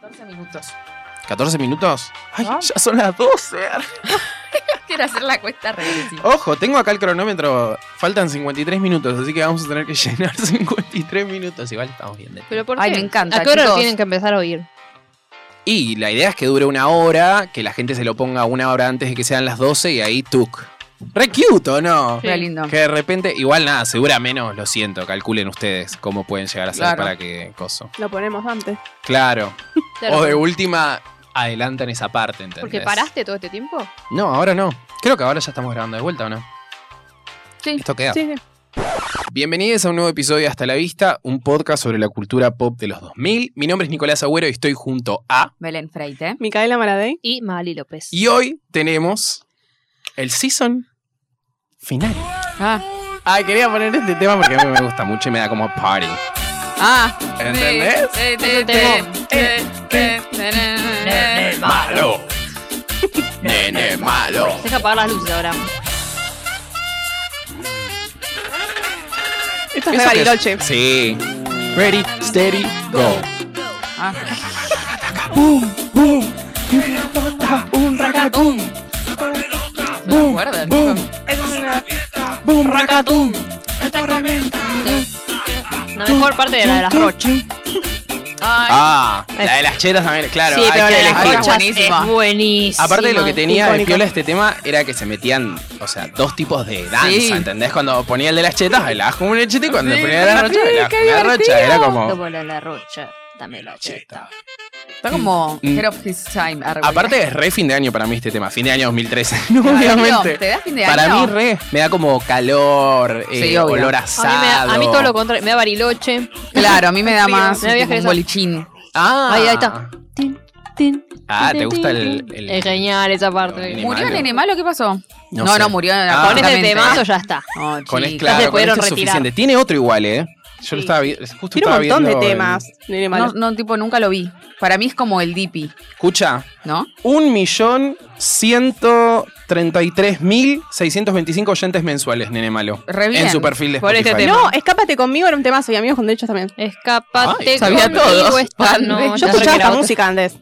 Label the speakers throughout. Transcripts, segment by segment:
Speaker 1: 14 minutos.
Speaker 2: ¿14 minutos? Ay,
Speaker 1: Ah.
Speaker 2: ya son las 12.
Speaker 1: Quiero hacer la cuesta regresiva.
Speaker 2: Ojo, tengo acá el cronómetro. Faltan 53 minutos, así que vamos a tener que llenar 53 minutos. Igual estamos bien. de tiempo.
Speaker 3: Pero ¿por
Speaker 1: Ay,
Speaker 3: qué?
Speaker 1: me encanta,
Speaker 3: ¿A qué hora lo
Speaker 1: chicos.
Speaker 3: tienen que empezar a oír?
Speaker 2: Y la idea es que dure una hora, que la gente se lo ponga una hora antes de que sean las 12 y ahí tuk. Re cute, ¿o no?
Speaker 1: Re lindo.
Speaker 2: Que de repente, igual nada, se dura menos, lo siento, calculen ustedes cómo pueden llegar a ser
Speaker 1: Claro.
Speaker 2: para que coso.
Speaker 4: Lo ponemos antes.
Speaker 2: Claro.
Speaker 3: Claro,
Speaker 2: O Oh, de última, adelantan esa parte, ¿entendés?
Speaker 3: porque paraste todo este tiempo.
Speaker 2: No, ahora no. Creo que ahora ya estamos grabando de vuelta, ¿o no?
Speaker 3: Sí.
Speaker 2: Esto queda.
Speaker 4: Sí, sí.
Speaker 2: Bienvenidos a un nuevo episodio de Hasta la Vista, un podcast sobre la cultura pop de los 2000. Mi nombre es Nicolás Agüero y estoy junto a...
Speaker 1: Belén Freite.
Speaker 4: Micaela Maradei.
Speaker 3: Y Mali López.
Speaker 2: Y hoy tenemos el season final.
Speaker 1: Ah,
Speaker 2: Ay, quería poner este tema porque a mí me gusta mucho y me da como party.
Speaker 1: ah.
Speaker 2: ¿Entendés?
Speaker 1: Sí, sí, sí,
Speaker 3: Tengo-
Speaker 1: sí,
Speaker 3: eh,
Speaker 1: sí,
Speaker 2: Eh,
Speaker 1: sí.
Speaker 2: malo. Nene malo.
Speaker 3: Deja apagar las luces ahora.
Speaker 4: Esto es de Bariloche.
Speaker 2: Sí. Ready, steady, go.
Speaker 1: Ah.
Speaker 2: Un racatum.
Speaker 1: No me acuerdo,
Speaker 2: Boom. Boom, racatum.
Speaker 3: La mejor parte de la de las rochas.
Speaker 1: Ay,
Speaker 2: Ah, la de las chetas también, claro. hay que
Speaker 3: la de las
Speaker 2: elegir.
Speaker 3: rochas
Speaker 1: Buenísima.
Speaker 3: es buenísima.
Speaker 2: Aparte de lo que tenía de
Speaker 4: icónica.
Speaker 2: piola este tema era que se metían, o sea, dos tipos de danza,
Speaker 1: Sí.
Speaker 2: ¿entendés? Cuando ponía el de las chetas, bailabas como un chete y cuando
Speaker 1: Sí,
Speaker 2: ponía el de la
Speaker 4: sí,
Speaker 2: rocha, bailabas
Speaker 4: qué
Speaker 2: como una rocha. Era como...
Speaker 3: Como la de la rocha. Dame la cheta.
Speaker 1: Está como
Speaker 2: Mm.
Speaker 1: Head of His Time. Arboleda.
Speaker 2: Aparte es re fin de año para mí este tema, fin de año 2013,
Speaker 1: Claro,
Speaker 2: obviamente.
Speaker 1: ¿Te das fin de año?
Speaker 2: Para mí re, me da como calor, eh,
Speaker 1: Sí, obvio.
Speaker 2: olor
Speaker 3: A mí, me
Speaker 2: asado.
Speaker 3: da- a mí todo lo contrario. Me da bariloche.
Speaker 1: Claro, a mí me da más
Speaker 3: Me da
Speaker 1: tipo,
Speaker 3: viaje
Speaker 1: un
Speaker 3: eso.
Speaker 1: bolichín.
Speaker 2: Ah,
Speaker 3: Ahí, ahí está. Tin, tin,
Speaker 2: Ah, ¿te
Speaker 3: tin,
Speaker 2: gusta
Speaker 3: tin,
Speaker 2: el-
Speaker 3: tin.
Speaker 2: el-
Speaker 3: Es genial esa
Speaker 2: Nene
Speaker 3: parte.
Speaker 2: Muy-
Speaker 1: ¿Murió
Speaker 2: malo.
Speaker 1: Nene Malo? ¿Qué pasó? No,
Speaker 2: No
Speaker 1: no,
Speaker 2: sé.
Speaker 1: murió.
Speaker 2: Ah.
Speaker 3: Con ese
Speaker 1: absolutamente.
Speaker 3: temazo ya está.
Speaker 1: No,
Speaker 2: Con es
Speaker 1: chicas.
Speaker 3: Ya
Speaker 2: claro,
Speaker 3: se
Speaker 2: con
Speaker 3: pudieron
Speaker 2: este es
Speaker 3: retirar.
Speaker 2: suficiente. Tiene otro igual, ¿eh? Yo lo
Speaker 3: Sí.
Speaker 2: estaba vi- justo
Speaker 4: Tiene un
Speaker 2: estaba
Speaker 4: montón de
Speaker 2: viendo el-
Speaker 4: temas. Nene Malo.
Speaker 1: No, no, tipo, nunca lo vi. Para mí es como el Dipi,
Speaker 2: Escucha,
Speaker 1: ¿no?
Speaker 2: 1.133.625 oyentes mensuales, nene malo.
Speaker 1: Re bien.
Speaker 2: En su perfil de
Speaker 1: Por este
Speaker 2: Spotify.
Speaker 1: tema.
Speaker 4: No, escápate conmigo era un temazo y amigos con derechos también. Eh,
Speaker 3: Escapate
Speaker 2: Ay,
Speaker 1: sabía
Speaker 3: conmigo
Speaker 1: todo.
Speaker 3: esta
Speaker 1: Yo
Speaker 3: noche.
Speaker 4: Yo
Speaker 1: ya
Speaker 4: escuchaba esta
Speaker 1: regrabó.
Speaker 4: música antes.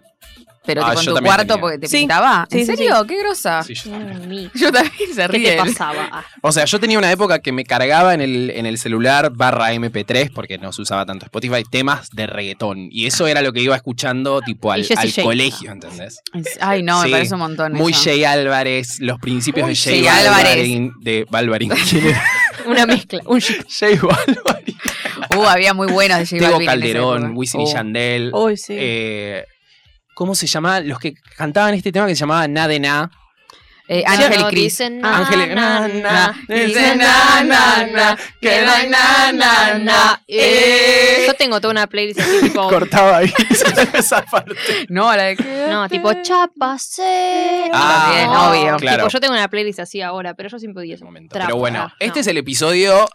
Speaker 1: Pero
Speaker 2: Ah,
Speaker 1: tipo en
Speaker 2: yo
Speaker 1: tu
Speaker 2: también
Speaker 1: cuarto
Speaker 2: tenía.
Speaker 1: porque te
Speaker 4: Sí.
Speaker 1: pintaba.
Speaker 4: Sí,
Speaker 1: ¿En
Speaker 4: sí,
Speaker 1: serio? qué grosa.
Speaker 2: Sí, yo también.
Speaker 3: Ay,
Speaker 1: Yo también se
Speaker 3: ¿Qué
Speaker 1: ríe.
Speaker 3: te pasaba? Ah,
Speaker 2: O sea, yo tenía una época que me cargaba en el, en el celular barra MP3, porque no se usaba tanto Spotify, temas de reggaetón. Y eso era lo que iba escuchando tipo al,
Speaker 3: Y Jesse
Speaker 2: al
Speaker 3: J.
Speaker 2: colegio, ¿entendés?
Speaker 1: Ay, no,
Speaker 2: Sí.
Speaker 1: me parece un montón.
Speaker 2: Muy
Speaker 1: eso.
Speaker 2: Jay Álvarez, los principios
Speaker 1: Muy
Speaker 2: de Jay,
Speaker 1: Jay Álvarez.
Speaker 2: Álvarez. De Balvarín. ¿Quién era?
Speaker 3: Una mezcla. Un
Speaker 2: Jay Balvarín.
Speaker 1: Uh, había muy buenos de J
Speaker 2: Tego
Speaker 1: Balvin en esa
Speaker 2: Calderón,
Speaker 1: época.
Speaker 2: Wisin
Speaker 1: Uh.
Speaker 2: y Yandel.
Speaker 4: Uy, sí.
Speaker 2: eh, ¿Cómo se llamaba? Los que cantaban este tema que se llamaba Na de Na.
Speaker 1: Eh, Ángel
Speaker 3: No
Speaker 1: y Cris.
Speaker 3: dicen na,
Speaker 2: Ángel y-
Speaker 3: na, na.
Speaker 1: Dice na, na, na, que no hay na, na, na, eh.
Speaker 3: Yo tengo toda una playlist así
Speaker 1: Oh.
Speaker 3: tipo.
Speaker 2: Cortaba ahí esa parte.
Speaker 1: No, la de que.
Speaker 3: No, tipo chapacero.
Speaker 2: Ah,
Speaker 1: También, obvio.
Speaker 2: claro.
Speaker 3: Tipo, yo tengo una playlist así ahora, pero yo siempre odio eso.
Speaker 2: Pero bueno, este es el episodio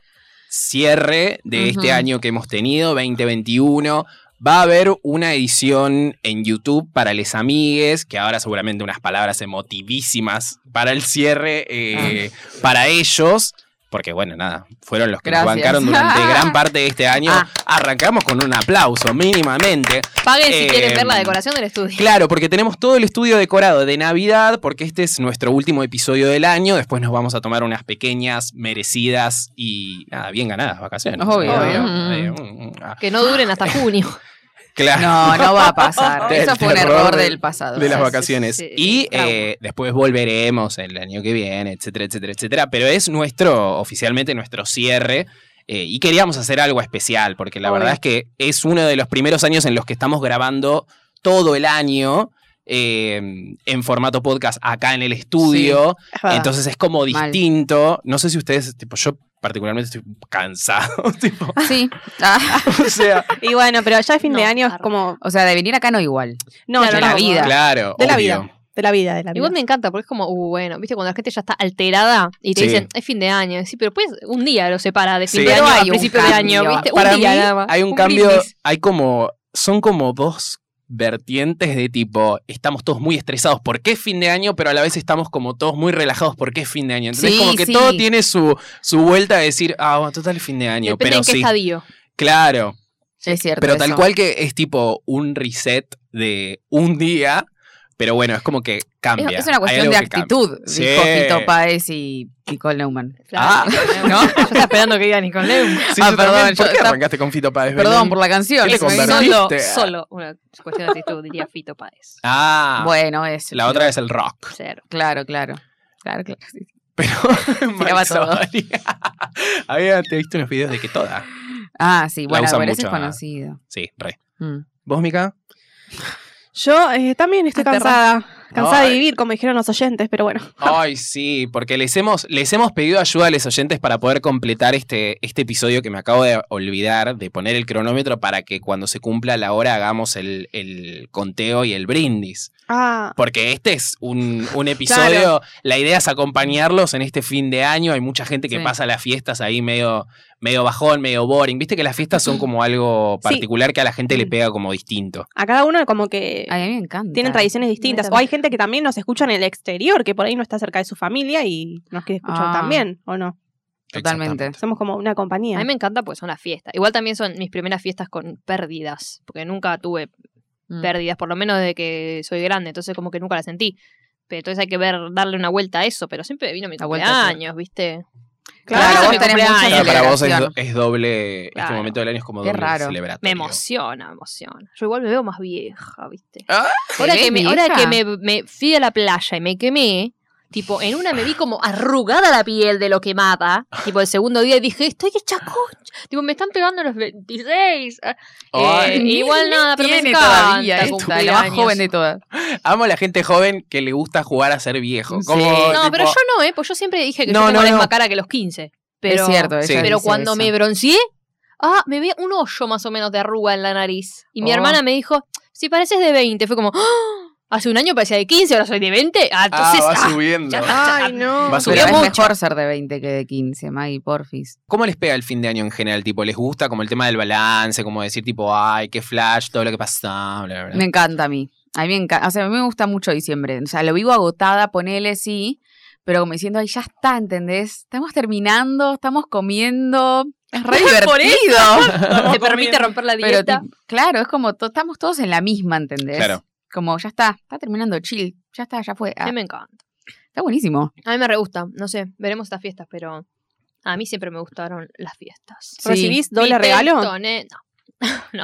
Speaker 2: cierre de este
Speaker 1: Ujú.
Speaker 2: año que hemos tenido, 2021. Va a haber una edición en YouTube para les amigues, que ahora seguramente unas palabras emotivísimas para el cierre, eh, para ellos. Porque bueno, nada, fueron los que nos
Speaker 1: Ah. Gracias. Ah.
Speaker 2: bancaron durante gran parte de este año. Arrancamos con un aplauso, mínimamente.
Speaker 3: Paguen si
Speaker 2: Eh,
Speaker 3: quieren ver la decoración del estudio.
Speaker 2: Claro, porque tenemos todo el estudio decorado de Navidad, porque este es nuestro último episodio del año. Después nos vamos a tomar unas pequeñas, merecidas y nada, bien ganadas vacaciones.
Speaker 1: Obvio.
Speaker 2: Eh, mm, mm, ah,
Speaker 3: Que no duren hasta junio.
Speaker 2: Claro.
Speaker 1: No, no va a pasar.
Speaker 2: Del
Speaker 1: Eso fue un
Speaker 2: terror
Speaker 1: error
Speaker 2: de-
Speaker 1: del pasado.
Speaker 2: De las
Speaker 3: sí,
Speaker 2: vacaciones.
Speaker 3: sí, sí,
Speaker 2: y
Speaker 3: trauma.
Speaker 2: eh, después volveremos el año que viene, etcétera, etcétera, etcétera. Pero es nuestro, oficialmente nuestro cierre. eh, y queríamos hacer algo especial, porque la
Speaker 4: Obvio.
Speaker 2: verdad es que es uno de los primeros años en los que estamos grabando todo el año eh, en formato podcast acá en el estudio.
Speaker 4: Es verdad.
Speaker 2: Entonces es como
Speaker 1: Mal.
Speaker 2: distinto. No sé si ustedes, tipo, yo particularmente estoy cansado, tipo,
Speaker 1: Sí. Ah,
Speaker 2: o sea,
Speaker 4: y bueno, pero ya el fin de
Speaker 3: No,
Speaker 4: año es
Speaker 3: arre.
Speaker 4: como.
Speaker 1: o sea, de venir acá no igual.
Speaker 4: No,
Speaker 3: Claro,
Speaker 4: yo
Speaker 1: de la
Speaker 4: no.
Speaker 1: vida.
Speaker 2: claro.
Speaker 4: De la
Speaker 2: obvio.
Speaker 4: vida. De la vida, de la vida.
Speaker 3: Igual me encanta porque es como, uh, bueno, viste, cuando la gente ya está alterada y te
Speaker 2: Sí.
Speaker 3: dicen, es fin de año. Sí, pero pues un día lo separa de fin
Speaker 2: Sí.
Speaker 3: de
Speaker 2: Pero
Speaker 3: año a
Speaker 1: hay un
Speaker 3: principio de año,
Speaker 1: cambio.
Speaker 3: viste,
Speaker 2: Para
Speaker 3: un día
Speaker 2: mí
Speaker 3: nada más.
Speaker 2: hay un,
Speaker 3: Un
Speaker 2: cambio,
Speaker 3: brindis.
Speaker 2: hay como, son como dos vertientes de tipo, estamos todos muy estresados porque es fin de año, pero a la vez estamos como todos muy relajados porque es fin de año. Entonces
Speaker 1: Sí,
Speaker 2: como que
Speaker 1: sí.
Speaker 2: todo tiene su, su vuelta de decir, ah, bueno, total es fin de año,
Speaker 3: Depende
Speaker 2: pero
Speaker 3: en qué
Speaker 2: sí,
Speaker 3: estadio.
Speaker 2: claro.
Speaker 1: Es cierto.
Speaker 2: Pero tal
Speaker 1: eso.
Speaker 2: cual que es tipo un reset de un día, pero bueno, es como que
Speaker 1: Es,
Speaker 2: cambia.
Speaker 1: es una
Speaker 2: Hay
Speaker 1: cuestión
Speaker 2: algo
Speaker 1: de
Speaker 2: que cambia.
Speaker 1: actitud,
Speaker 2: Sí.
Speaker 1: dijo Fito Páez y Nicole Neumann.
Speaker 2: Ah.
Speaker 1: ¿No? Yo estaba esperando que diga Nicole Neumann.
Speaker 2: Sí,
Speaker 1: ah,
Speaker 2: yo también.
Speaker 1: perdón, yo
Speaker 2: ¿Por qué
Speaker 1: estaba-
Speaker 2: arrancaste con Fito Páez?
Speaker 1: perdón
Speaker 2: Belén?
Speaker 1: por la canción.
Speaker 2: ¿Qué le
Speaker 1: se me vino.
Speaker 2: convertiste?
Speaker 1: Solo-
Speaker 2: Te-
Speaker 5: Solo una cuestión de actitud, diría Fito Páez.
Speaker 2: Ah,
Speaker 1: Bueno, es.
Speaker 2: la otra es el rock.
Speaker 5: Cero.
Speaker 1: Claro, claro. Claro, claro. sí, sí.
Speaker 2: Pero
Speaker 1: Tiraba todo.
Speaker 2: María, había te visto unos videos de que toda.
Speaker 1: Ah, sí, bueno,
Speaker 2: usan
Speaker 1: bueno, ese es
Speaker 2: mucho, ah.
Speaker 1: conocido.
Speaker 2: Sí, re.
Speaker 1: Mm.
Speaker 2: ¿Vos, Mica?
Speaker 4: Yo eh, también
Speaker 3: Ah,
Speaker 4: estoy
Speaker 1: Aterra-
Speaker 4: cansada. Cansada
Speaker 2: Ay.
Speaker 4: de vivir, como dijeron los oyentes, pero bueno.
Speaker 2: Ay, sí, porque les hemos, les hemos pedido ayuda a los oyentes para poder completar este, este episodio que me acabo de olvidar de poner el cronómetro para que cuando se cumpla la hora hagamos el, el conteo y el brindis.
Speaker 4: Ah,
Speaker 2: Porque este es un, un episodio, la idea es acompañarlos en este fin de año. Hay mucha gente que
Speaker 1: Sí.
Speaker 2: pasa las fiestas ahí medio, medio bajón, medio boring. Viste que las fiestas son como algo
Speaker 4: Sí.
Speaker 2: particular que a la gente le
Speaker 4: Mm.
Speaker 2: pega como distinto.
Speaker 4: a cada uno como que
Speaker 1: Ay, a mí me encanta.
Speaker 4: tienen tradiciones distintas. O
Speaker 1: también.
Speaker 4: hay gente que también nos escucha en el exterior, que por ahí no está cerca de su familia y nos quiere escuchar
Speaker 1: Ah.
Speaker 4: también, ¿o no?
Speaker 1: Totalmente.
Speaker 4: Somos como una
Speaker 5: A
Speaker 4: compañía.
Speaker 5: mí me encanta
Speaker 3: pues,
Speaker 5: porque son las fiestas. Igual también son mis primeras fiestas con pérdidas, porque nunca tuve
Speaker 1: Mm.
Speaker 5: pérdidas, por lo menos desde que soy grande, entonces como que nunca las sentí. Pero entonces hay que ver, darle una vuelta a eso, pero siempre vino mi
Speaker 1: La vuelta a eso.
Speaker 5: cumpleaños, ¿viste?
Speaker 1: Claro,
Speaker 5: Claro,
Speaker 1: vos
Speaker 5: eso me
Speaker 1: tenés
Speaker 5: cumplea
Speaker 1: mucha
Speaker 5: años.
Speaker 2: Claro, para vos es,
Speaker 1: celebración.
Speaker 2: es doble, este
Speaker 5: Claro.
Speaker 2: momento del año es como
Speaker 1: Qué
Speaker 2: doble
Speaker 1: raro.
Speaker 2: celebratorio.
Speaker 5: Me emociona, me emociona. Yo igual me veo más vieja, ¿viste?
Speaker 2: Ah,
Speaker 1: ¿Te
Speaker 5: Ahora
Speaker 1: ves
Speaker 5: que, me, ahora
Speaker 1: vieja?
Speaker 5: que me, me fui a la playa y me quemé, tipo, en una me vi como arrugada la piel de lo quemada. Tipo, el segundo día dije, estoy hecha concha. Tipo, me están pegando los 26. Ah,
Speaker 2: Ay,
Speaker 5: eh, igual nada, pero me
Speaker 1: Tiene
Speaker 5: encanta
Speaker 1: todavía, es
Speaker 5: cumpleaños.
Speaker 1: la más joven de todas.
Speaker 2: Amo a la gente joven que le gusta jugar a ser viejo.
Speaker 1: Eh. Sí.
Speaker 2: Como,
Speaker 5: No,
Speaker 2: tipo,
Speaker 5: pero yo no, ¿eh? Pues yo siempre dije que
Speaker 2: No,
Speaker 5: yo tengo
Speaker 2: no,
Speaker 5: la
Speaker 2: no.
Speaker 5: misma cara que los 15. Pero,
Speaker 1: es cierto, ella
Speaker 2: Sí.
Speaker 1: dice
Speaker 5: Pero cuando
Speaker 1: eso.
Speaker 5: me bronceé, ah, me veía un hoyo más o menos de arruga en la nariz. Y mi
Speaker 1: Oh.
Speaker 5: hermana me dijo, si pareces de 20, fue como, "Ah, hace un año parecía de 15, ahora soy de 20. Ah,
Speaker 2: Ah,
Speaker 5: entonces,
Speaker 2: va
Speaker 5: ah,
Speaker 2: subiendo.
Speaker 5: ya-
Speaker 4: Ay, no.
Speaker 2: Va
Speaker 1: Pero
Speaker 2: subiendo.
Speaker 1: es
Speaker 5: mucho.
Speaker 1: mejor ser de 20 que de 15, Maggie Porfis.
Speaker 2: ¿Cómo les pega el fin de año en general? Tipo, ¿les gusta como el tema del balance? Como decir, tipo, ay, qué flash, todo lo que pasa, bla, bla,
Speaker 1: Me
Speaker 2: bla.
Speaker 1: encanta a mí. A mí me encanta, o sea, a mí me gusta mucho diciembre. O sea, lo vivo agotada, ponele sí, pero como diciendo, ay, ya está, ¿entendés? Estamos terminando, estamos comiendo. Es re
Speaker 5: Por
Speaker 1: divertido.
Speaker 5: te permite romper la
Speaker 1: pero
Speaker 5: dieta.
Speaker 1: tipo, claro, es como to- estamos todos en la misma, ¿entendés?
Speaker 2: Claro.
Speaker 1: Como ya está, está terminando chill, ya está, ya fue.
Speaker 5: A
Speaker 1: Ah,
Speaker 5: mí me encanta.
Speaker 1: está buenísimo.
Speaker 5: A mí me re gusta. No sé, veremos estas fiestas, pero a mí siempre me gustaron las fiestas.
Speaker 1: Sí.
Speaker 4: ¿Recibís doble
Speaker 5: Mi
Speaker 4: regalo?
Speaker 5: Pelton, eh, No. no.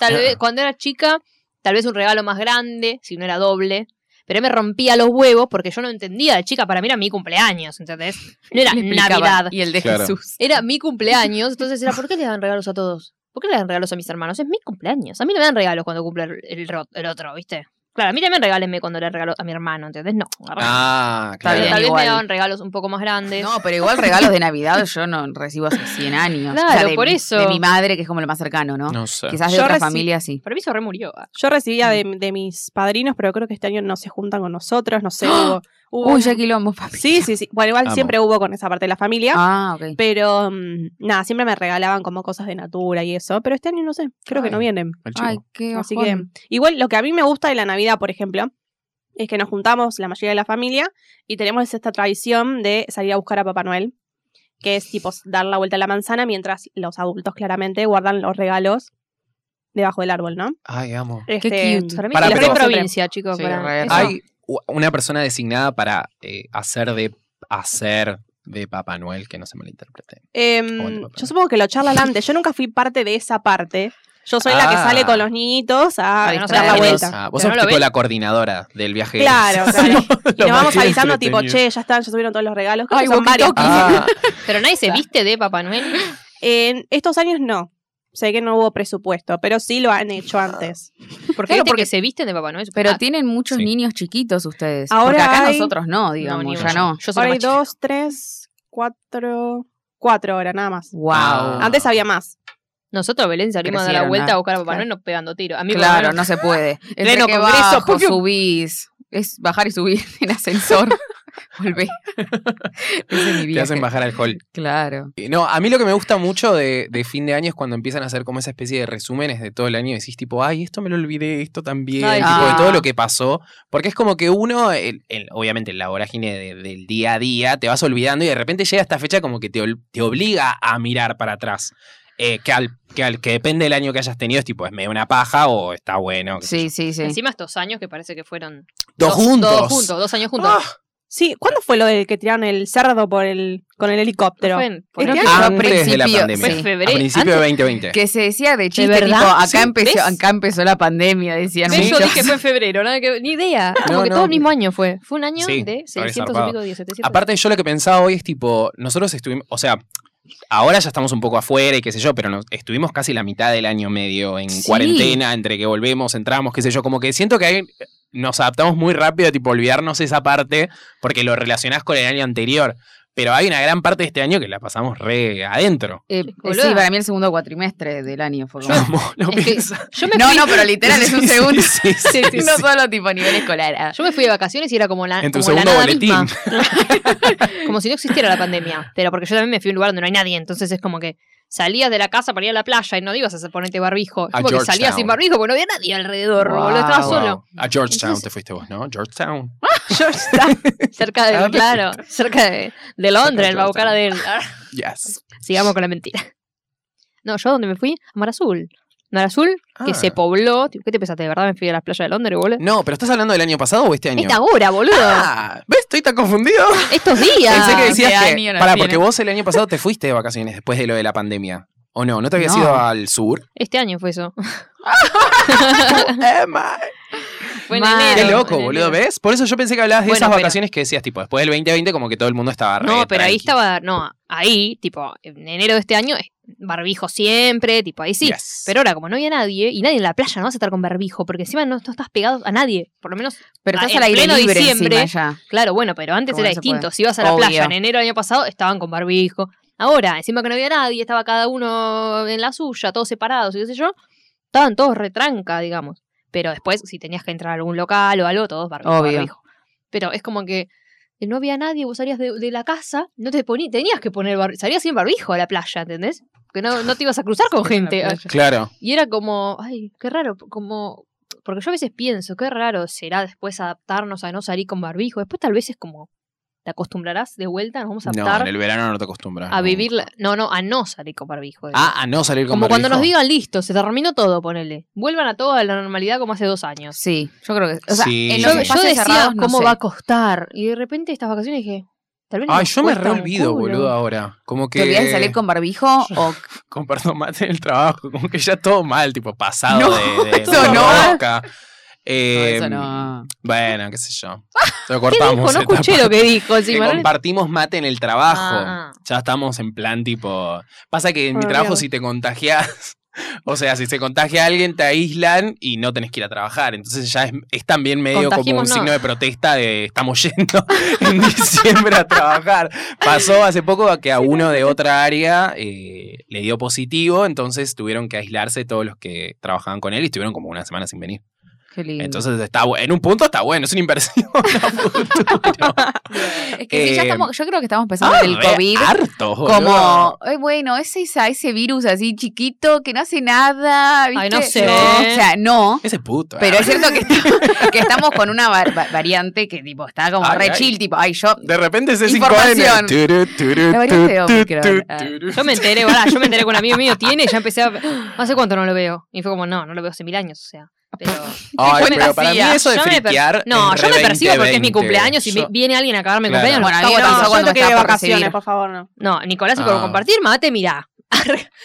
Speaker 5: Tal vez cuando era chica, tal vez un regalo más grande, si no era doble. Pero me rompía los huevos porque yo no entendía de chica. Para mí era mi cumpleaños, ¿entendés? No era
Speaker 1: Le explicaba.
Speaker 5: Navidad.
Speaker 1: Y el de
Speaker 2: Claro.
Speaker 1: Jesús.
Speaker 5: Era mi cumpleaños. Entonces era, ¿por qué le dan regalos a todos? ¿Por qué le dan regalos a mis hermanos? Es mi cumpleaños. A mí no me dan regalos cuando cumple el, el ro- el otro, ¿viste? Claro, a mí también regálenme cuando le regalo a mi hermano, ¿entendés? No.
Speaker 2: Ah,
Speaker 1: Está
Speaker 5: Pero
Speaker 1: bien,
Speaker 5: tal
Speaker 2: claro.
Speaker 5: vez
Speaker 1: igual.
Speaker 5: me daban regalos un poco más grandes.
Speaker 1: No, pero igual regalos de Navidad yo no recibo hace 100 años.
Speaker 5: Claro,
Speaker 1: de
Speaker 5: por
Speaker 1: mi-
Speaker 5: eso.
Speaker 1: De mi madre, que es como lo más cercano, ¿no?
Speaker 2: No sé.
Speaker 1: Quizás de
Speaker 4: Yo
Speaker 1: otra
Speaker 4: reci-
Speaker 1: familia sí.
Speaker 5: Para mí se remurió.
Speaker 4: Yo recibía de, de mis padrinos, pero creo que este año no se juntan con nosotros, no sé. Hubo, hubo-
Speaker 1: Uy, ya quilombo, papi.
Speaker 4: Sí, sí, sí. Bueno, igual
Speaker 2: Amo.
Speaker 4: siempre hubo con esa parte de la familia.
Speaker 1: Ah, ok.
Speaker 4: Pero mm, nada, siempre me regalaban como cosas de natura y eso. Pero este año no sé, creo
Speaker 2: Ay.
Speaker 4: que no vienen.
Speaker 2: Al chico.
Speaker 1: Ay, qué
Speaker 4: Así que,
Speaker 1: bajón.
Speaker 4: igual lo que a mí me gusta de la Navidad, por ejemplo, es que nos juntamos la mayoría de la familia y tenemos esta tradición de salir a buscar a Papá Noel, que es tipo dar la vuelta a la manzana mientras los adultos claramente guardan los regalos debajo del árbol, ¿no?
Speaker 2: Ay, amo.
Speaker 4: Este,
Speaker 1: cute.
Speaker 5: Para mí
Speaker 2: Pará,
Speaker 5: es
Speaker 2: pero-
Speaker 5: re provincia, chicos.
Speaker 1: Sí,
Speaker 5: para-
Speaker 1: re-
Speaker 5: eso.
Speaker 2: Hay u- una persona designada para eh, hacer de hacer de Papá Noel, que no se malinterprete.
Speaker 4: em,
Speaker 2: Aguante, Papá
Speaker 4: yo
Speaker 2: Noel.
Speaker 4: supongo que lo charlan antes. Yo nunca fui parte de esa parte. Yo soy la que
Speaker 2: Ah.
Speaker 4: sale con los niñitos a,
Speaker 5: Para que no se
Speaker 4: dar la
Speaker 5: hagan
Speaker 4: vuelta.
Speaker 2: Ah, vos
Speaker 5: Pero
Speaker 2: sos
Speaker 5: no lo
Speaker 2: tipo
Speaker 5: ves.
Speaker 2: la coordinadora del viaje.
Speaker 4: Claro, claro.
Speaker 2: Lo
Speaker 4: Y nos vamos
Speaker 2: más
Speaker 4: avisando tipo,
Speaker 2: entretenido.
Speaker 4: che, ya están, ya subieron todos los regalos. Creo
Speaker 1: Ay,
Speaker 4: que son varios.
Speaker 1: walkie-talkie.
Speaker 2: Ah,
Speaker 5: Pero nadie se viste de Papá Noel.
Speaker 4: En estos años no. Sé que no hubo presupuesto, pero sí lo han hecho antes.
Speaker 1: Ah.
Speaker 5: Porque,
Speaker 1: Claro,
Speaker 5: viste
Speaker 1: porque-
Speaker 5: que se visten de Papá Noel.
Speaker 1: Pero
Speaker 5: Ah,
Speaker 1: tienen muchos
Speaker 2: Sí.
Speaker 1: niños chiquitos ustedes.
Speaker 4: Ahora
Speaker 1: Porque acá
Speaker 4: hay-
Speaker 1: nosotros no,
Speaker 5: no,
Speaker 1: digamos,
Speaker 5: ni
Speaker 1: ya
Speaker 5: uno.
Speaker 1: no.
Speaker 5: Yo soy la
Speaker 4: Ahora hay
Speaker 5: más chica.
Speaker 4: dos, tres, cuatro, cuatro ahora nada más.
Speaker 1: Wow.
Speaker 2: Ah.
Speaker 4: Antes había más.
Speaker 5: Nosotros, Belén, salimos a dar la
Speaker 1: Crecieron,
Speaker 5: vuelta
Speaker 1: ah,
Speaker 5: a buscar a Papá
Speaker 1: claro.
Speaker 5: Noel no pegando tiro. A mí, por lo
Speaker 1: Claro,
Speaker 5: menos,
Speaker 1: no se puede. Entre
Speaker 5: Pleno
Speaker 1: que
Speaker 5: congreso,
Speaker 1: bajo,
Speaker 5: ¡pum!
Speaker 1: subís. Es bajar y subir en ascensor. Volvé. Ese es mi
Speaker 2: te
Speaker 1: viaje.
Speaker 2: hacen bajar al hall.
Speaker 1: Claro.
Speaker 2: Eh, No, a mí lo que me gusta mucho de, de fin de año es cuando empiezan a hacer como esa especie de resúmenes de todo el año. y Decís tipo, ay, esto me lo olvidé, esto también,
Speaker 5: Ay,
Speaker 2: tipo, de
Speaker 1: sí.
Speaker 2: todo lo que pasó. Porque es como que uno, el- el- obviamente en la vorágine de- del día a día, te vas olvidando y de repente llega esta fecha como que te, ol- te obliga a mirar para atrás. eh, que, al, que al que depende del año que hayas tenido, es tipo, es medio una paja o está bueno. qué sé
Speaker 1: Sí, sí, sí.
Speaker 5: Encima estos años que parece que fueron.
Speaker 2: yo. Dos, juntos.
Speaker 5: Dos juntos, dos años juntos.
Speaker 2: Ah,
Speaker 4: Sí, ¿cuándo fue lo de que tiraron el cerdo por el, con el helicóptero?
Speaker 5: Fue en- fue en
Speaker 1: Creo que
Speaker 5: otro-
Speaker 1: fue a
Speaker 2: Antes de la
Speaker 1: principio-
Speaker 2: pandemia.
Speaker 5: fue en
Speaker 1: sí.
Speaker 2: a
Speaker 5: febrero.
Speaker 2: principios de
Speaker 5: antes-
Speaker 2: 2020.
Speaker 1: Que se decía de chiste,
Speaker 5: verdad?
Speaker 1: tipo, acá,
Speaker 5: Sí,
Speaker 1: empezó,
Speaker 5: ¿ves?
Speaker 1: acá empezó la pandemia, decían
Speaker 5: ¿Ves? Yo
Speaker 1: muchos.
Speaker 5: dije fue en febrero, nada que- ni idea. Como
Speaker 2: No,
Speaker 5: que
Speaker 2: no.
Speaker 5: todo el mismo año fue. Fue un año
Speaker 2: Sí,
Speaker 5: de
Speaker 2: re
Speaker 5: 600 y
Speaker 2: zarpado.
Speaker 5: pico días, 700.
Speaker 2: Aparte, yo lo que pensaba hoy es tipo, nosotros estuvimos, o sea, ahora ya estamos un poco afuera y qué sé yo, pero nos, estuvimos casi la mitad del año medio en
Speaker 1: Sí.
Speaker 2: cuarentena, entre que volvemos, entramos, qué sé yo, como que siento que hay- nos adaptamos muy rápido a tipo olvidarnos esa parte porque lo relacionás con el año anterior. Pero hay una gran parte de este año que la pasamos re adentro.
Speaker 1: Eh,
Speaker 5: Boluda.
Speaker 1: sí, para mí el segundo cuatrimestre del año fue como-
Speaker 2: Como lo
Speaker 5: Es que-
Speaker 2: pensás.
Speaker 5: Yo me
Speaker 1: No,
Speaker 5: fui-
Speaker 1: no, pero literal es un
Speaker 2: Sí, sí,
Speaker 1: segundo.
Speaker 2: sí, sí, sí.
Speaker 1: no solo tipo a nivel escolar. ah.
Speaker 5: Yo me fui de vacaciones y era como la,
Speaker 2: En tu
Speaker 5: como la
Speaker 2: segundo
Speaker 5: nada
Speaker 2: boletín.
Speaker 5: misma. como si no existiera la pandemia. Pero porque yo también me fui a un lugar donde no hay nadie, entonces es como que salías de la casa para ir a la playa y no ibas a ponerte barbijo.
Speaker 2: A
Speaker 5: Es como que salías
Speaker 2: Georgetown.
Speaker 5: sin barbijo porque no había nadie alrededor,
Speaker 1: Wow.
Speaker 5: boludo, estaba
Speaker 2: Wow.
Speaker 5: solo.
Speaker 2: A Georgetown
Speaker 5: Entonces-
Speaker 2: te fuiste vos, ¿no? Georgetown.
Speaker 5: Cerca
Speaker 2: ¿A
Speaker 5: de,
Speaker 2: dónde
Speaker 5: claro, cerca de, de Londres, el
Speaker 2: Georgetown.
Speaker 5: Baucara del...
Speaker 2: Yes.
Speaker 5: Sigamos con la mentira. No, yo donde me fui, a Mar Azul. Mar Azul, que
Speaker 2: Ah.
Speaker 5: se pobló. Tipo, ¿Qué te pensaste? ¿De verdad me fui a las playas de Londres, boludo?
Speaker 2: No, pero ¿estás hablando del año pasado o este año?
Speaker 5: Esta hora, boludo.
Speaker 2: Ah, ¿Ves? Estoy tan confundido.
Speaker 5: Estos días.
Speaker 2: Pensé que
Speaker 1: este
Speaker 2: decías que.
Speaker 1: año nos
Speaker 2: Pará,
Speaker 1: tiene.
Speaker 2: porque vos el año pasado te fuiste de vacaciones después de lo de la pandemia. ¿O no? ¿No te habías
Speaker 1: No.
Speaker 2: ido al sur?
Speaker 5: Este año fue eso.
Speaker 2: Emma.
Speaker 5: Fue en
Speaker 1: Mal.
Speaker 5: enero,
Speaker 2: Qué
Speaker 1: Claro,
Speaker 2: loco,
Speaker 5: en
Speaker 2: boludo,
Speaker 5: enero.
Speaker 2: ¿ves? Por eso yo pensé que hablabas de
Speaker 5: Bueno,
Speaker 2: esas
Speaker 5: pero-
Speaker 2: vacaciones que decías, tipo, después del 2020, como que todo el mundo estaba re
Speaker 5: No, pero
Speaker 2: tranqui.
Speaker 5: ahí estaba, no, ahí, tipo, en enero de este año, eh, barbijo siempre, tipo, ahí sí.
Speaker 2: Yes.
Speaker 5: Pero ahora, como no había nadie, y nadie en la playa no vas a estar con barbijo, porque encima no, no estás pegado a nadie, por lo menos,
Speaker 1: Pero
Speaker 5: Ah,
Speaker 1: estás
Speaker 5: en
Speaker 1: al aire
Speaker 5: pleno
Speaker 1: libre
Speaker 5: diciembre.
Speaker 1: encima ya.
Speaker 5: claro, bueno, pero antes
Speaker 1: Como
Speaker 5: era
Speaker 1: no se
Speaker 5: distinto.
Speaker 1: puede.
Speaker 5: Si ibas a la
Speaker 1: Obvio.
Speaker 5: playa en enero del año pasado, estaban con barbijo. Ahora, encima que no había nadie, estaba cada uno en la suya, todos separados y qué sé yo, estaban todos retranca, digamos. Pero después, si tenías que entrar a algún local o algo, todos barbijo.
Speaker 1: Obvio.
Speaker 5: barbijo. Pero es como que eh, no había nadie, vos salías de, de la casa, no te poní, tenías que poner barbijo, salías sin barbijo a la playa, ¿entendés? Que no, no te ibas a cruzar con gente.
Speaker 2: Claro.
Speaker 5: Y era como, ay, qué raro, como... Porque yo a veces pienso, qué raro será después adaptarnos a no salir con barbijo. Después tal vez es como, te acostumbrarás de vuelta, nos vamos a
Speaker 2: No,
Speaker 5: adaptar
Speaker 2: en el verano no te acostumbras.
Speaker 5: a
Speaker 2: no.
Speaker 5: vivir, la- no, no, a no salir con barbijo.
Speaker 2: Ah, a no salir con
Speaker 5: como cuando
Speaker 2: barbijo.
Speaker 5: nos digan, listo, se terminó todo, ponele. Vuelvan a todo a la normalidad como hace dos años.
Speaker 1: Sí, yo creo que. O sea,
Speaker 2: Sí.
Speaker 1: en
Speaker 5: Yo,
Speaker 1: los
Speaker 5: yo
Speaker 1: espacios
Speaker 5: decía
Speaker 1: cerrados, no
Speaker 5: cómo
Speaker 1: sé.
Speaker 5: va a costar. Y de repente estas vacaciones dije, tal vez...
Speaker 2: Ay,
Speaker 5: nos
Speaker 2: yo me
Speaker 5: cuesta
Speaker 2: re
Speaker 5: un
Speaker 2: olvido,
Speaker 5: culo.
Speaker 2: boludo, ahora. Como que.
Speaker 1: ¿Te olvidas de salir con barbijo o
Speaker 2: comparto más en el trabajo, como que ya todo mal, tipo pasado de, de
Speaker 1: eso
Speaker 2: de
Speaker 1: no.
Speaker 2: rosca. Eh,
Speaker 1: eso no?
Speaker 2: Bueno, qué sé yo. Lo
Speaker 5: ¿Qué
Speaker 2: cortamos. eh,
Speaker 5: dijo? No
Speaker 2: etapa.
Speaker 5: escuché lo que dijo.
Speaker 2: Que
Speaker 5: encima, ¿no?
Speaker 2: compartimos mate en el trabajo.
Speaker 5: Ah.
Speaker 2: Ya estamos en plan tipo. Pasa que en mi
Speaker 4: Ah,
Speaker 2: trabajo,
Speaker 4: mierda.
Speaker 2: si te contagias, o sea, si se contagia alguien, te aíslan y no tenés que ir a trabajar. Entonces ya es, es también medio como un
Speaker 5: Contagiémonos.
Speaker 2: signo de protesta de estamos yendo en diciembre a trabajar. Pasó hace poco a que a uno de otra área eh, le dio positivo, entonces tuvieron que aislarse todos los que trabajaban con él y estuvieron como una semana sin venir.
Speaker 1: Qué lindo.
Speaker 2: Entonces está bueno. En un punto está bueno, es una inversión. a futuro.
Speaker 1: es que sí, ya
Speaker 2: eh,
Speaker 1: estamos, yo creo que estamos pensando en el
Speaker 2: ¡Ah! re
Speaker 1: COVID
Speaker 2: Harto, boludo.
Speaker 1: como, "Ay, bueno, es esa- ese virus así chiquito que no hace nada. ¿viste?
Speaker 5: Ay, no sé.
Speaker 1: o sea, no.
Speaker 2: Ese puto.
Speaker 1: Pero
Speaker 2: ah.
Speaker 1: es cierto que, que estamos con una var- va- variante que tipo está como
Speaker 2: Ay,
Speaker 1: re
Speaker 2: ay.
Speaker 1: chill, tipo, ay, yo
Speaker 2: De repente ese 5
Speaker 1: Información. La variante de Omicron, ah.
Speaker 5: Yo me enteré, pará, yo me enteré que un amigo mío tiene y ya empecé a. "Ah, ¿Hace cuánto no lo veo? Y fue como, no, no lo veo hace mil años, o sea. Pero.
Speaker 2: Ay,
Speaker 1: Yo me
Speaker 2: pero para mí
Speaker 1: hacía.
Speaker 2: eso de
Speaker 5: Yo me per-
Speaker 2: friquear.
Speaker 5: No,
Speaker 2: es
Speaker 5: yo
Speaker 2: re
Speaker 5: me persigo porque es mi
Speaker 2: 2020.
Speaker 5: cumpleaños y
Speaker 2: Yo-
Speaker 5: vi- viene alguien a cagarme el
Speaker 2: Claro.
Speaker 5: cumpleaños.
Speaker 1: Bueno, a mí
Speaker 5: no,
Speaker 1: me
Speaker 5: cago
Speaker 1: pasó
Speaker 4: Ah,
Speaker 5: tanto.
Speaker 4: yo
Speaker 1: cuando
Speaker 4: no quiero ir de
Speaker 1: estaba por
Speaker 4: vacaciones,
Speaker 1: recibir.
Speaker 4: por favor, no.
Speaker 5: no, Nicolás, si por
Speaker 2: Ah.
Speaker 5: compartir, mate, mirá.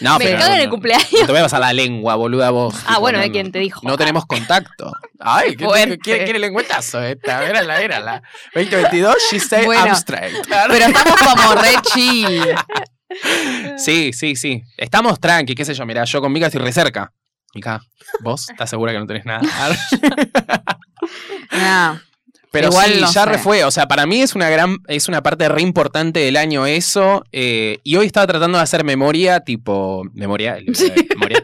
Speaker 2: No,
Speaker 5: me
Speaker 2: pero
Speaker 5: cagan
Speaker 2: no-
Speaker 5: el cumpleaños.
Speaker 2: No te vayas a la lengua, boluda, vos.
Speaker 5: Ah,
Speaker 2: Tipo,
Speaker 5: bueno,
Speaker 2: no-
Speaker 5: es quien te dijo. "Ah,
Speaker 2: No tenemos contacto. Ay, ¿qué,
Speaker 1: Fuerte.
Speaker 2: quiere, quiere lengüetazo esta? Era la, era la. 2022, she said
Speaker 1: Bueno.
Speaker 2: I'm straight.
Speaker 1: Pero estamos como re chill.
Speaker 2: Sí, sí, sí. Estamos tranqui, qué sé yo. Mirá, yo con Mika estoy re cerca. Mika, ¿vos estás segura que no tenés nada?
Speaker 1: No.
Speaker 2: Pero
Speaker 1: Igual
Speaker 2: sí,
Speaker 1: no
Speaker 2: ya
Speaker 1: sé.
Speaker 2: re fue. O sea, para mí es una gran, es una parte re importante del año eso. eh, y hoy estaba tratando de hacer memoria, tipo. Memoria, el- memoria.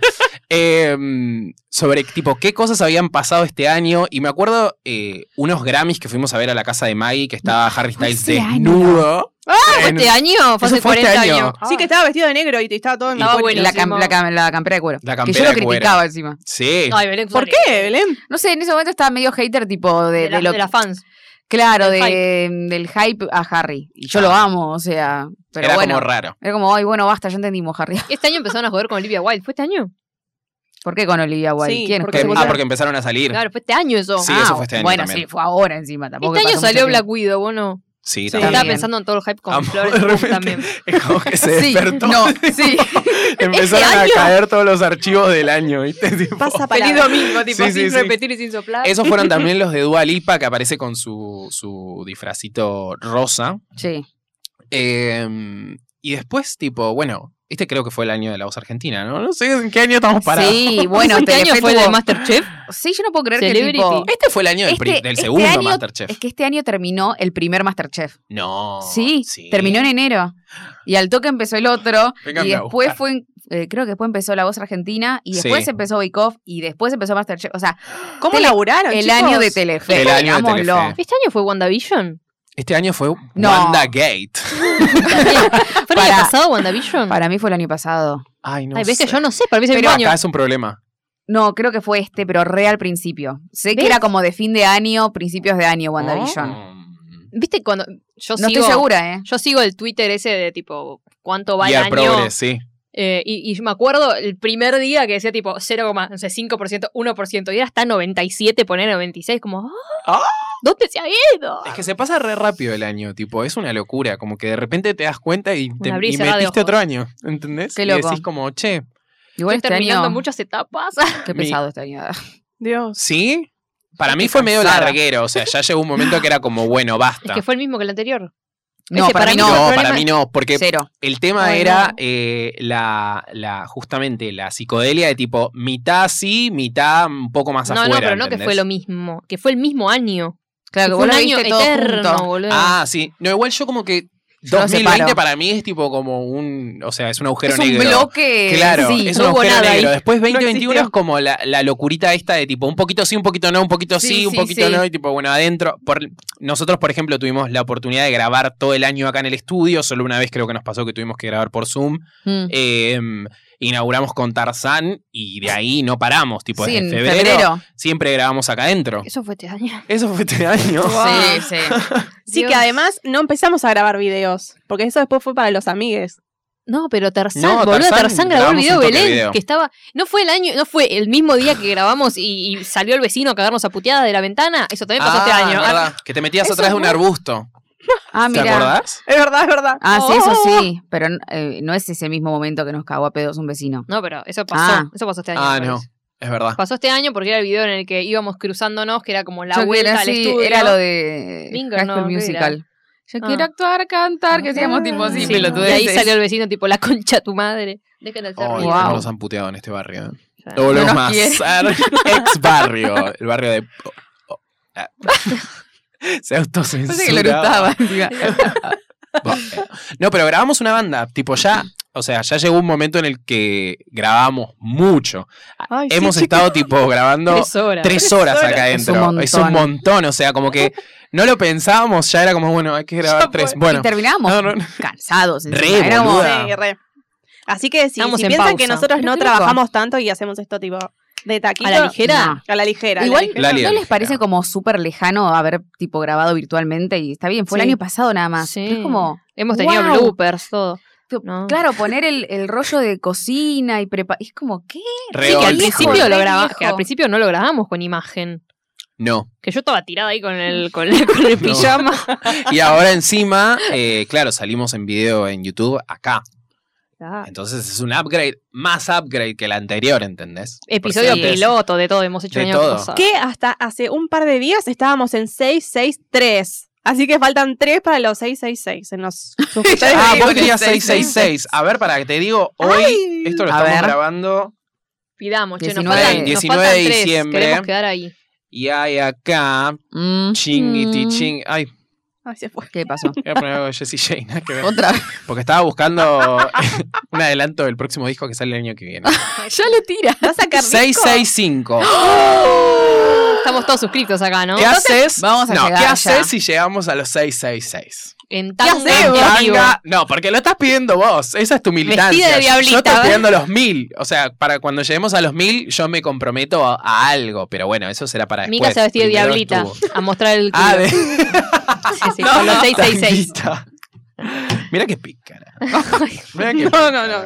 Speaker 2: em, sobre tipo qué cosas habían pasado este año. Y me acuerdo eh, unos Grammys que fuimos a ver a la casa de Maggie, que estaba Harry Styles
Speaker 1: ese año.
Speaker 2: desnudo.
Speaker 5: ¿Fue
Speaker 2: en-
Speaker 5: este año? ¿Fue
Speaker 2: Eso
Speaker 5: hace
Speaker 2: fue este
Speaker 5: 40
Speaker 2: año.
Speaker 5: años?
Speaker 1: Ah.
Speaker 4: Sí, que estaba vestido de negro y estaba todo en
Speaker 5: Estaba
Speaker 4: cuero.
Speaker 5: bueno.
Speaker 1: La, cam-
Speaker 5: Buenísimo.
Speaker 1: la cam- la campera de cuero.
Speaker 2: La
Speaker 1: que yo lo
Speaker 2: campera de cuero.
Speaker 1: criticaba encima.
Speaker 2: Sí.
Speaker 5: Ay, Belén,
Speaker 4: ¿Por
Speaker 5: sorry.
Speaker 4: qué, Belén?
Speaker 1: No sé, en ese momento estaba medio hater tipo de,
Speaker 5: De,
Speaker 1: de
Speaker 5: la-
Speaker 1: lo
Speaker 5: de las fans.
Speaker 1: Claro,
Speaker 3: Del
Speaker 1: de- del hype a Harry. Y yo
Speaker 2: Ah.
Speaker 1: lo amo, o sea. Pero
Speaker 2: Era
Speaker 1: bueno.
Speaker 2: como raro.
Speaker 1: Era como, ay, bueno, basta, ya entendimos, Harry.
Speaker 5: Este año empezaron a jugar con Olivia Wilde. ¿Fue este año?
Speaker 1: ¿Por qué con Olivia Wilde?
Speaker 4: Sí,
Speaker 1: ¿Quién
Speaker 4: porque
Speaker 1: fue?
Speaker 2: Eh,
Speaker 4: se
Speaker 2: ah,
Speaker 4: volvieron-
Speaker 2: porque empezaron a salir.
Speaker 5: Claro, fue este año eso.
Speaker 2: Sí,
Speaker 1: Ah,
Speaker 2: eso fue este año
Speaker 1: Bueno,
Speaker 2: también.
Speaker 1: sí, fue ahora encima. Tampoco
Speaker 5: este
Speaker 1: pasó
Speaker 5: año
Speaker 1: mucho
Speaker 5: salió
Speaker 1: tiempo.
Speaker 5: Black Widow, bueno.
Speaker 2: Sí,
Speaker 1: Sí.
Speaker 2: también.
Speaker 5: Estaba pensando en todo el hype con
Speaker 2: Amo,
Speaker 5: Flores
Speaker 2: de
Speaker 5: Pugh
Speaker 2: repente.
Speaker 5: también.
Speaker 2: Es como que se
Speaker 1: Sí,
Speaker 2: despertó.
Speaker 1: no, sí. Este
Speaker 2: Empezaron a caer todos los archivos del año, ¿viste? Tipo,
Speaker 4: Pasa para.
Speaker 5: Feliz domingo, tipo,
Speaker 2: Sí, sí,
Speaker 5: sin
Speaker 2: sí.
Speaker 5: repetir y sin soplar.
Speaker 2: Esos fueron también los de Dua Lipa, que aparece con su, su disfrazito rosa.
Speaker 1: Sí.
Speaker 2: Eh, y después, tipo, bueno, este creo que fue el año de la voz argentina, ¿no? No sé en qué año estamos parados.
Speaker 1: Sí, bueno,
Speaker 5: ¿Este año
Speaker 1: Telefe
Speaker 5: fue el de
Speaker 1: tuvo-
Speaker 5: Masterchef?
Speaker 1: Sí, yo no puedo creer que
Speaker 5: Celebrity.
Speaker 1: tipo,
Speaker 2: Este fue el año del,
Speaker 1: Este-
Speaker 2: pri- del
Speaker 1: este
Speaker 2: segundo
Speaker 1: año-
Speaker 2: Masterchef.
Speaker 1: Es que este año terminó el primer Masterchef.
Speaker 2: No.
Speaker 1: sí, terminó en enero. Y al toque empezó el otro.
Speaker 2: Vengan
Speaker 1: y
Speaker 2: a
Speaker 1: después
Speaker 2: buscar.
Speaker 1: fue, en- eh, creo que después empezó La Voz Argentina. Y después
Speaker 2: Sí.
Speaker 1: empezó Bake Off. Y después empezó Masterchef. O sea,
Speaker 4: ¿Cómo
Speaker 1: Tele-
Speaker 4: laburaron?
Speaker 1: el
Speaker 4: chicos?
Speaker 1: año de Telefe.
Speaker 2: El año de
Speaker 1: digámoslo.
Speaker 2: Telefe.
Speaker 5: ¿Este año fue WandaVision?
Speaker 2: Este año fue
Speaker 1: No.
Speaker 2: Wanda Gate.
Speaker 5: ¿Fue el año
Speaker 1: Para-
Speaker 5: pasado WandaVision?
Speaker 1: Para mí fue el año pasado.
Speaker 2: Ay, no.
Speaker 5: Ay, ves
Speaker 2: sé.
Speaker 5: que yo no sé, para mí es el
Speaker 2: Pero
Speaker 5: mismo año.
Speaker 2: acá es un problema.
Speaker 1: No, creo que fue este, pero re al principio. Sé que
Speaker 5: ¿Ves?
Speaker 1: era como de fin de año, principios de año WandaVision.
Speaker 2: Oh.
Speaker 5: ¿Viste cuando yo
Speaker 1: No
Speaker 5: sigo
Speaker 1: estoy segura, ¿eh?
Speaker 5: Yo sigo el Twitter ese de tipo cuánto va
Speaker 2: y
Speaker 5: el
Speaker 2: al
Speaker 5: año.
Speaker 2: progres, sí.
Speaker 5: eh, y, y yo me acuerdo el primer día que decía tipo 0,5%, 1%, y era hasta 97, poner 96, como ¡ah!
Speaker 2: ¡Ah!
Speaker 5: ¿Dónde se ha ido?
Speaker 2: Es que se pasa re rápido el año, tipo, es una locura, como que de repente te das cuenta y, te,
Speaker 5: Un abrir y
Speaker 2: y
Speaker 5: cerrar de
Speaker 2: metiste
Speaker 5: ojos.
Speaker 2: otro año, ¿entendés?
Speaker 1: Qué
Speaker 2: y
Speaker 1: loco.
Speaker 2: decís como, che,
Speaker 1: Igual
Speaker 5: Estoy
Speaker 1: este
Speaker 5: terminando
Speaker 1: año.
Speaker 5: muchas etapas.
Speaker 1: Qué
Speaker 2: Mi-
Speaker 1: pesado este año.
Speaker 4: Dios.
Speaker 2: ¿sí? Para
Speaker 1: Estoy
Speaker 2: mí fue medio
Speaker 1: cansada.
Speaker 2: larguero, o sea, ya llegó un momento que era como, bueno,
Speaker 5: Es
Speaker 2: basta.
Speaker 5: que fue el mismo que el anterior.
Speaker 1: No,
Speaker 5: Ese
Speaker 1: para,
Speaker 5: para
Speaker 1: mí
Speaker 5: mí
Speaker 1: no.
Speaker 5: fue-
Speaker 2: no,
Speaker 5: el
Speaker 2: para
Speaker 5: problema-
Speaker 2: mí no, porque
Speaker 1: Cero.
Speaker 2: el tema
Speaker 5: Ay,
Speaker 2: era
Speaker 5: no.
Speaker 2: eh, la, la, justamente la psicodelia de tipo, mitad sí, mitad un poco más
Speaker 5: no,
Speaker 2: afuera.
Speaker 5: no, pero no que
Speaker 2: ¿entendés?
Speaker 5: fue lo mismo, que fue el mismo año.
Speaker 1: Claro, que vos
Speaker 5: fue un
Speaker 1: lo
Speaker 5: año
Speaker 1: viste todo
Speaker 5: eterno,
Speaker 1: junto.
Speaker 5: boludo.
Speaker 2: Ah, sí. No, igual yo como que
Speaker 1: Yo lo
Speaker 2: 2020
Speaker 1: separo.
Speaker 2: para mí es tipo como un, o sea, es un agujero
Speaker 1: Es un
Speaker 2: negro.
Speaker 1: bloque.
Speaker 2: Claro,
Speaker 1: Eh, sí.
Speaker 2: es
Speaker 5: no
Speaker 2: un
Speaker 5: hubo
Speaker 2: agujero
Speaker 5: nada
Speaker 2: negro.
Speaker 5: ahí.
Speaker 2: Después
Speaker 4: existió.
Speaker 2: 2021 es como la, la locurita esta de tipo, un poquito sí, un poquito no, un poquito sí,
Speaker 1: Sí,
Speaker 2: un
Speaker 1: sí,
Speaker 2: poquito
Speaker 1: sí.
Speaker 2: no, y tipo, bueno, adentro. Por, nosotros, por ejemplo, tuvimos la oportunidad de grabar todo el año acá en el estudio, solo una vez creo que nos pasó que tuvimos que grabar por Zoom.
Speaker 1: Mm.
Speaker 2: Eh, inauguramos con Tarzán y de ahí no paramos, tipo,
Speaker 1: Sí,
Speaker 2: desde
Speaker 1: en
Speaker 2: febrero,
Speaker 1: febrero.
Speaker 2: siempre grabamos acá adentro.
Speaker 5: Eso fue este año.
Speaker 2: Eso fue este año.
Speaker 1: Sí, sí.
Speaker 4: Sí,
Speaker 5: Dios.
Speaker 4: que además no empezamos a grabar videos. Porque eso después fue para los amigues.
Speaker 5: No, pero Tarzán,
Speaker 2: No,
Speaker 5: boludo,
Speaker 2: Tarzán,
Speaker 5: Tarzán, grabó el
Speaker 2: grabamos
Speaker 5: video
Speaker 2: un toque de
Speaker 5: Belén,
Speaker 2: video.
Speaker 5: que estaba, no fue el año, no fue el mismo día que grabamos y, y salió el vecino a cagarnos a puteada de la ventana, eso también pasó este
Speaker 2: Ah,
Speaker 5: año. Ah,
Speaker 2: verdad, que te metías atrás de un arbusto.
Speaker 1: Ah,
Speaker 2: ¿Te
Speaker 1: mira.
Speaker 2: acordás?
Speaker 4: Es verdad, es verdad.
Speaker 1: Ah, sí, eso sí.
Speaker 5: Oh.
Speaker 1: Pero eh, no es ese mismo momento que nos cagó a pedos un vecino.
Speaker 5: No, pero eso pasó,
Speaker 1: Ah.
Speaker 5: eso pasó este año.
Speaker 2: Ah,
Speaker 5: me
Speaker 2: no,
Speaker 5: parece.
Speaker 2: es verdad.
Speaker 5: Pasó este año porque era el video en el que íbamos cruzándonos, que era como la
Speaker 1: Yo que
Speaker 5: vuelta
Speaker 1: era,
Speaker 5: al
Speaker 1: así,
Speaker 5: estudio.
Speaker 1: era lo de
Speaker 5: Bingo,
Speaker 1: High School
Speaker 5: no, ¿qué
Speaker 1: Musical. Yo
Speaker 5: Ah.
Speaker 1: quiero actuar, cantar, que seamos tipo así,
Speaker 5: Sí,
Speaker 1: pelotudeces.
Speaker 5: de ahí salió el vecino tipo la concha de tu madre. Dejen de hacer
Speaker 2: Ay,
Speaker 5: ruido.
Speaker 1: Wow.
Speaker 2: cómo nos han puteado en este barrio. ¿eh?
Speaker 5: Ya.
Speaker 2: Lo volvemos
Speaker 1: No nos
Speaker 2: a
Speaker 1: quiere.
Speaker 2: hacer. Ex barrio. El barrio de. oh, oh, ah. Se autocensura.
Speaker 1: Parece que lo gustaba.
Speaker 2: Bueno. No, pero grabamos una banda. Tipo, ya. O sea, ya llegó un momento en el que grabamos mucho.
Speaker 4: Ay, sí,
Speaker 2: Hemos
Speaker 4: chicos.
Speaker 2: estado, tipo, grabando
Speaker 5: Tres horas.
Speaker 2: tres horas
Speaker 4: horas.
Speaker 2: acá
Speaker 1: Es un
Speaker 2: adentro. Es un
Speaker 1: montón.
Speaker 2: montón. O sea, como que no lo pensábamos. Ya era como, bueno, hay que grabar tres. Bueno,
Speaker 1: Y terminamos
Speaker 2: No, no, no.
Speaker 1: cansados. encima.
Speaker 2: Re,
Speaker 1: Era como-
Speaker 2: boluda.
Speaker 4: Sí, re. Así que si,
Speaker 5: Estamos
Speaker 4: si
Speaker 5: en
Speaker 4: piensan
Speaker 5: pausa.
Speaker 4: que nosotros
Speaker 1: Pero
Speaker 4: no
Speaker 1: qué loco.
Speaker 4: trabajamos tanto y hacemos esto tipo de taquito.
Speaker 5: a la ligera.
Speaker 1: No.
Speaker 4: a la ligera, a la
Speaker 1: Igual,
Speaker 4: ligera.
Speaker 2: La
Speaker 1: ¿no
Speaker 2: liga
Speaker 1: les
Speaker 2: ligera.
Speaker 1: parece como súper lejano haber tipo grabado virtualmente? Y está bien, fue el
Speaker 5: Sí.
Speaker 1: año pasado nada más.
Speaker 5: Sí. Ah.
Speaker 1: Pero Es como,
Speaker 5: Hemos tenido
Speaker 1: Wow.
Speaker 5: bloopers, todo.
Speaker 1: tipo,
Speaker 5: No.
Speaker 1: claro, poner el, el rollo de cocina y preparar. Es como, ¿qué?
Speaker 2: re
Speaker 5: Sí, que al
Speaker 2: old
Speaker 1: viejo,
Speaker 5: principio
Speaker 2: school.
Speaker 5: lo
Speaker 1: re
Speaker 5: graba-
Speaker 1: viejo.
Speaker 5: que al principio no lo grabamos con imagen.
Speaker 2: No.
Speaker 5: Que yo estaba tirada ahí con el, con el, con el
Speaker 2: No.
Speaker 5: pijama.
Speaker 2: Y ahora encima, eh, claro, salimos en video en YouTube acá.
Speaker 1: Ah.
Speaker 2: Entonces es un upgrade, más upgrade que el anterior, ¿entendés?
Speaker 5: Episodio
Speaker 2: Porque antes-
Speaker 5: piloto de todo, hemos hecho
Speaker 2: De
Speaker 5: el año
Speaker 2: todo.
Speaker 5: pasado.
Speaker 4: Que hasta hace un par de días estábamos en 663. Así que faltan tres para los 666. Se nos suscriptores
Speaker 2: Ah,
Speaker 4: de-
Speaker 2: vos tenías 666. A ver, para que te digo, hoy
Speaker 4: Ay.
Speaker 2: esto lo
Speaker 1: A
Speaker 2: estamos
Speaker 1: ver.
Speaker 2: grabando
Speaker 5: Pidamos, che, nos
Speaker 1: 19
Speaker 5: faltan, nos
Speaker 2: 19
Speaker 5: faltan
Speaker 2: de
Speaker 5: tres,
Speaker 2: diciembre.
Speaker 5: Queremos quedar ahí.
Speaker 2: y hay acá
Speaker 1: Mm,
Speaker 2: ching y ti
Speaker 1: mm.
Speaker 2: ching. Ay,
Speaker 4: Ay, se fue.
Speaker 1: ¿Qué pasó?
Speaker 2: voy a poner algo de Jessie Jane, nada que ver.
Speaker 1: Otra
Speaker 2: Porque estaba buscando un adelanto del próximo disco que sale el año que viene.
Speaker 1: ya lo tira.
Speaker 4: ¿Vas a sacar
Speaker 2: 665.
Speaker 5: Estamos todos suscritos acá, ¿no?
Speaker 2: ¿Qué haces?
Speaker 1: vamos a
Speaker 2: no,
Speaker 1: llegar
Speaker 2: ¿qué
Speaker 1: ya.
Speaker 2: haces si llegamos a los 666?
Speaker 5: en
Speaker 4: Ya
Speaker 5: tanga
Speaker 4: sé,
Speaker 5: en
Speaker 4: vos.
Speaker 5: vivo.
Speaker 2: Tanga- no, porque lo estás pidiendo vos. Esa es tu
Speaker 5: Vestida
Speaker 2: militancia.
Speaker 5: de
Speaker 2: Yo
Speaker 5: diablita,
Speaker 2: estoy
Speaker 5: ¿ves?
Speaker 2: pidiendo los mil. O sea, para cuando lleguemos a los mil, yo me comprometo a, a algo. Pero bueno, eso será para después.
Speaker 5: Mica se ha vestido de
Speaker 2: pues, Primero
Speaker 5: diablita
Speaker 2: estuvo.
Speaker 5: a mostrar el
Speaker 2: Ah,
Speaker 5: culo.
Speaker 2: de...
Speaker 5: Sí, sí, con los 666.
Speaker 2: Tanguita. Mira qué pícara. Mira qué
Speaker 4: No, no, no.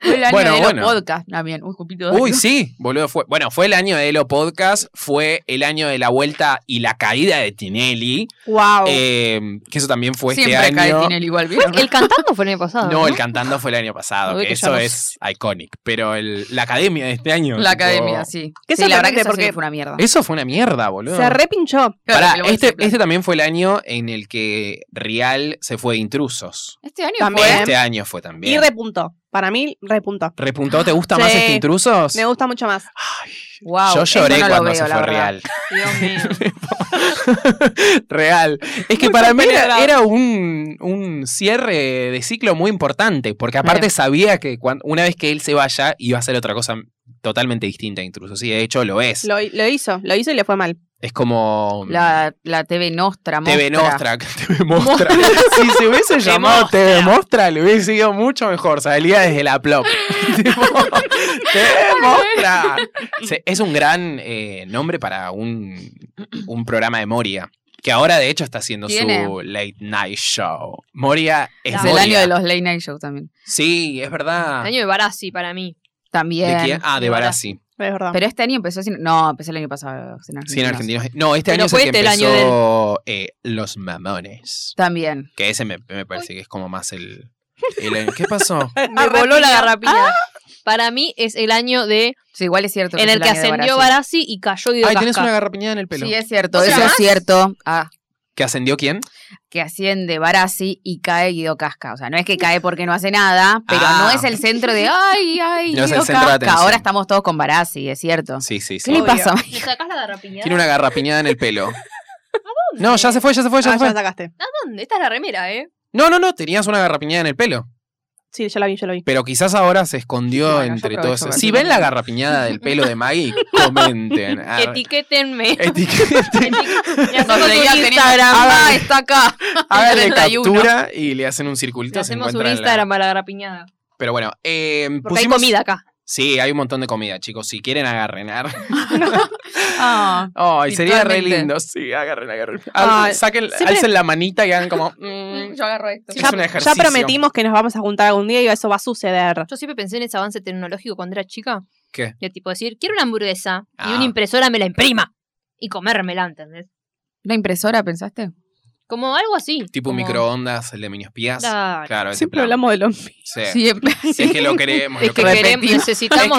Speaker 1: Fue el año
Speaker 2: Bueno,
Speaker 1: de
Speaker 2: bueno.
Speaker 1: los podcasts también. Uy, cupito de
Speaker 2: Uy,
Speaker 1: algo.
Speaker 2: sí, boludo. Fue, bueno, fue el año de Elo Podcast, fue el año de la vuelta y la caída de Tinelli,
Speaker 4: Wow.
Speaker 2: eh, que eso también fue
Speaker 1: Siempre
Speaker 2: este
Speaker 1: cae
Speaker 2: año.
Speaker 1: Tinelli igual,
Speaker 5: ¿Fue
Speaker 1: ¿vieron?
Speaker 5: el cantando fue el año
Speaker 1: Ah.
Speaker 5: pasado?
Speaker 2: No, el cantando fue el año pasado,
Speaker 5: Uy,
Speaker 2: que
Speaker 5: que
Speaker 2: eso
Speaker 5: ya no sé.
Speaker 2: es iconic. Pero el- la academia de este año.
Speaker 1: La
Speaker 2: tipo,
Speaker 1: academia, sí.
Speaker 4: Qué
Speaker 1: sí, la verdad que
Speaker 4: sorprendente,
Speaker 1: eso sí que
Speaker 4: porque-
Speaker 1: fue una mierda.
Speaker 2: Eso fue una mierda, boludo.
Speaker 4: Se repinchó.
Speaker 1: Claro,
Speaker 2: Pará,
Speaker 1: que lo voy a
Speaker 2: este,
Speaker 1: decir, plan.
Speaker 2: este también fue el año en el que Real se fue de intrusos.
Speaker 1: Este año
Speaker 4: También.
Speaker 1: fue.
Speaker 2: Este año fue
Speaker 4: Y
Speaker 2: también.
Speaker 4: repuntó. Para mí, repuntó.
Speaker 2: ¿Repuntó? ¿Te gusta
Speaker 4: Sí.
Speaker 2: más este intrusos?
Speaker 4: Me gusta mucho más.
Speaker 1: Wow,
Speaker 2: Yo
Speaker 1: eso
Speaker 2: lloré
Speaker 1: este no lo
Speaker 2: cuando
Speaker 1: veo,
Speaker 2: se
Speaker 1: la
Speaker 2: fue
Speaker 1: verdad.
Speaker 2: Real.
Speaker 1: Dios mío.
Speaker 2: Real. Es que
Speaker 4: Muy
Speaker 2: para mí era,
Speaker 4: sorprendida.
Speaker 2: era un, un cierre de ciclo muy importante, porque aparte
Speaker 1: Bien.
Speaker 2: sabía que cuan- una vez que él se vaya iba a ser otra cosa totalmente distinta a Intrusos. Y de hecho lo es.
Speaker 4: Lo, lo hizo, lo hizo y le fue mal.
Speaker 2: Es como...
Speaker 1: La, la TV Nostra,
Speaker 2: TV
Speaker 1: Mostra.
Speaker 2: Nostra, TV Mostra. si se hubiese llamado TV Mostra, le hubiese ido mucho mejor. Salía desde la plop. Tipo, TV Mostra. Se- Es un gran eh, nombre para un, un programa de Moria. Que ahora, de hecho, está haciendo
Speaker 1: Tiene.
Speaker 2: su late night show. Moria es,
Speaker 1: Es
Speaker 2: Moria.
Speaker 1: el año de los late night shows también.
Speaker 2: Sí, es verdad.
Speaker 5: El año de Barassi para mí.
Speaker 1: También.
Speaker 2: ¿De quién? Ah, de
Speaker 5: De
Speaker 2: Barassi.
Speaker 4: Es verdad.
Speaker 1: Pero este año empezó sin... No, empezó el año pasado sin
Speaker 2: Sí, en
Speaker 1: Argentina.
Speaker 2: argentinos. No, este
Speaker 5: Pero
Speaker 2: año es
Speaker 5: fue
Speaker 2: el que
Speaker 5: este el año
Speaker 2: empezó eh, Los Mamones.
Speaker 1: También.
Speaker 2: Que ese me, me parece que es como más el, el año. ¿Qué pasó?
Speaker 4: Ah,
Speaker 5: Me voló la garrapina. Ah, Para mí es el año de
Speaker 1: Sí, igual es cierto.
Speaker 5: en
Speaker 1: es
Speaker 5: el que
Speaker 1: año de
Speaker 5: ascendió
Speaker 1: Barassi.
Speaker 5: Barassi y cayó Guido
Speaker 2: Ay, tenés
Speaker 5: Casca.
Speaker 2: una garrapiñada en el pelo.
Speaker 1: Sí, es cierto.
Speaker 5: O sea,
Speaker 1: eso es
Speaker 5: más-
Speaker 1: cierto. Ah,
Speaker 2: ¿Que ascendió quién?
Speaker 1: que asciende Barassi y cae Guido Casca. O sea, no es que cae porque no hace nada, pero
Speaker 2: Ah.
Speaker 1: no es el centro de. ¡Ay, ay!
Speaker 2: No es el
Speaker 1: Guido
Speaker 2: centro de
Speaker 1: Casca.
Speaker 2: atención.
Speaker 1: Ahora estamos todos con Barassi, es cierto.
Speaker 2: Sí, sí,
Speaker 1: ¿Qué
Speaker 2: sí.
Speaker 1: le
Speaker 4: Obvio.
Speaker 1: pasa?
Speaker 5: ¿Me sacás la garrapiñada?
Speaker 2: Tiene una garrapiñada en el pelo. No, ya se fue, ya se fue, ya se
Speaker 4: Ah, ya
Speaker 2: fue.
Speaker 4: la sacaste.
Speaker 5: ¿Dónde? Esta es la remera, ¿eh?
Speaker 2: No, no, no, tenías una garrapiñada en el pelo.
Speaker 4: Sí, yo la vi, yo la vi.
Speaker 2: Pero quizás ahora se escondió
Speaker 1: Bueno, yo
Speaker 2: entre
Speaker 1: aprovecho
Speaker 2: todos.
Speaker 1: para
Speaker 2: Si
Speaker 1: hacer
Speaker 2: ven la garrapiñada del pelo de Maggie, comenten. Ah,
Speaker 5: Etiquétenme.
Speaker 2: etiqueten.
Speaker 5: Etiquétenme.
Speaker 1: Nos leía
Speaker 5: Hacemos un
Speaker 1: que ni-
Speaker 5: Instagram.
Speaker 1: Ah, está acá.
Speaker 2: Háganle
Speaker 1: 31.
Speaker 2: captura y le hacen un circulito. se
Speaker 5: Hacemos un
Speaker 2: encuentran la-
Speaker 5: Instagram para la garrapiñada.
Speaker 2: Pero bueno, eh,
Speaker 5: Porque hay
Speaker 2: pusimos-
Speaker 5: comida acá.
Speaker 2: Sí, hay un montón de comida, chicos. Si quieren, agarren. ar-
Speaker 1: Ah,
Speaker 2: Ay, sería re
Speaker 1: Virtualmente.
Speaker 2: lindo. Sí, agarren, agarren.
Speaker 4: Ah,
Speaker 2: Al- saquen,
Speaker 4: siempre-
Speaker 2: Alcen la manita y hagan como. mm,
Speaker 1: yo agarro esto.
Speaker 2: es un ejercicio.
Speaker 4: Ya prometimos que nos vamos a juntar algún día y eso va a suceder.
Speaker 5: Yo siempre pensé en ese avance tecnológico cuando era chica.
Speaker 2: ¿Qué?
Speaker 5: De tipo decir, quiero una hamburguesa y
Speaker 2: Ah.
Speaker 5: una impresora me la imprima. Y comérmela, ¿entendés?
Speaker 1: ¿Una impresora pensaste?
Speaker 5: Como algo así.
Speaker 2: Tipo un
Speaker 5: como-
Speaker 2: microondas, el de Minios Pías.
Speaker 5: Claro.
Speaker 2: Claro, ese
Speaker 4: Siempre
Speaker 2: plan.
Speaker 4: hablamos de lo
Speaker 2: Sí.
Speaker 1: Siempre.
Speaker 2: Es que lo queremos.
Speaker 5: Es
Speaker 2: lo
Speaker 5: que
Speaker 2: queremos.
Speaker 5: queremos,
Speaker 1: Repetimos.
Speaker 5: necesitamos.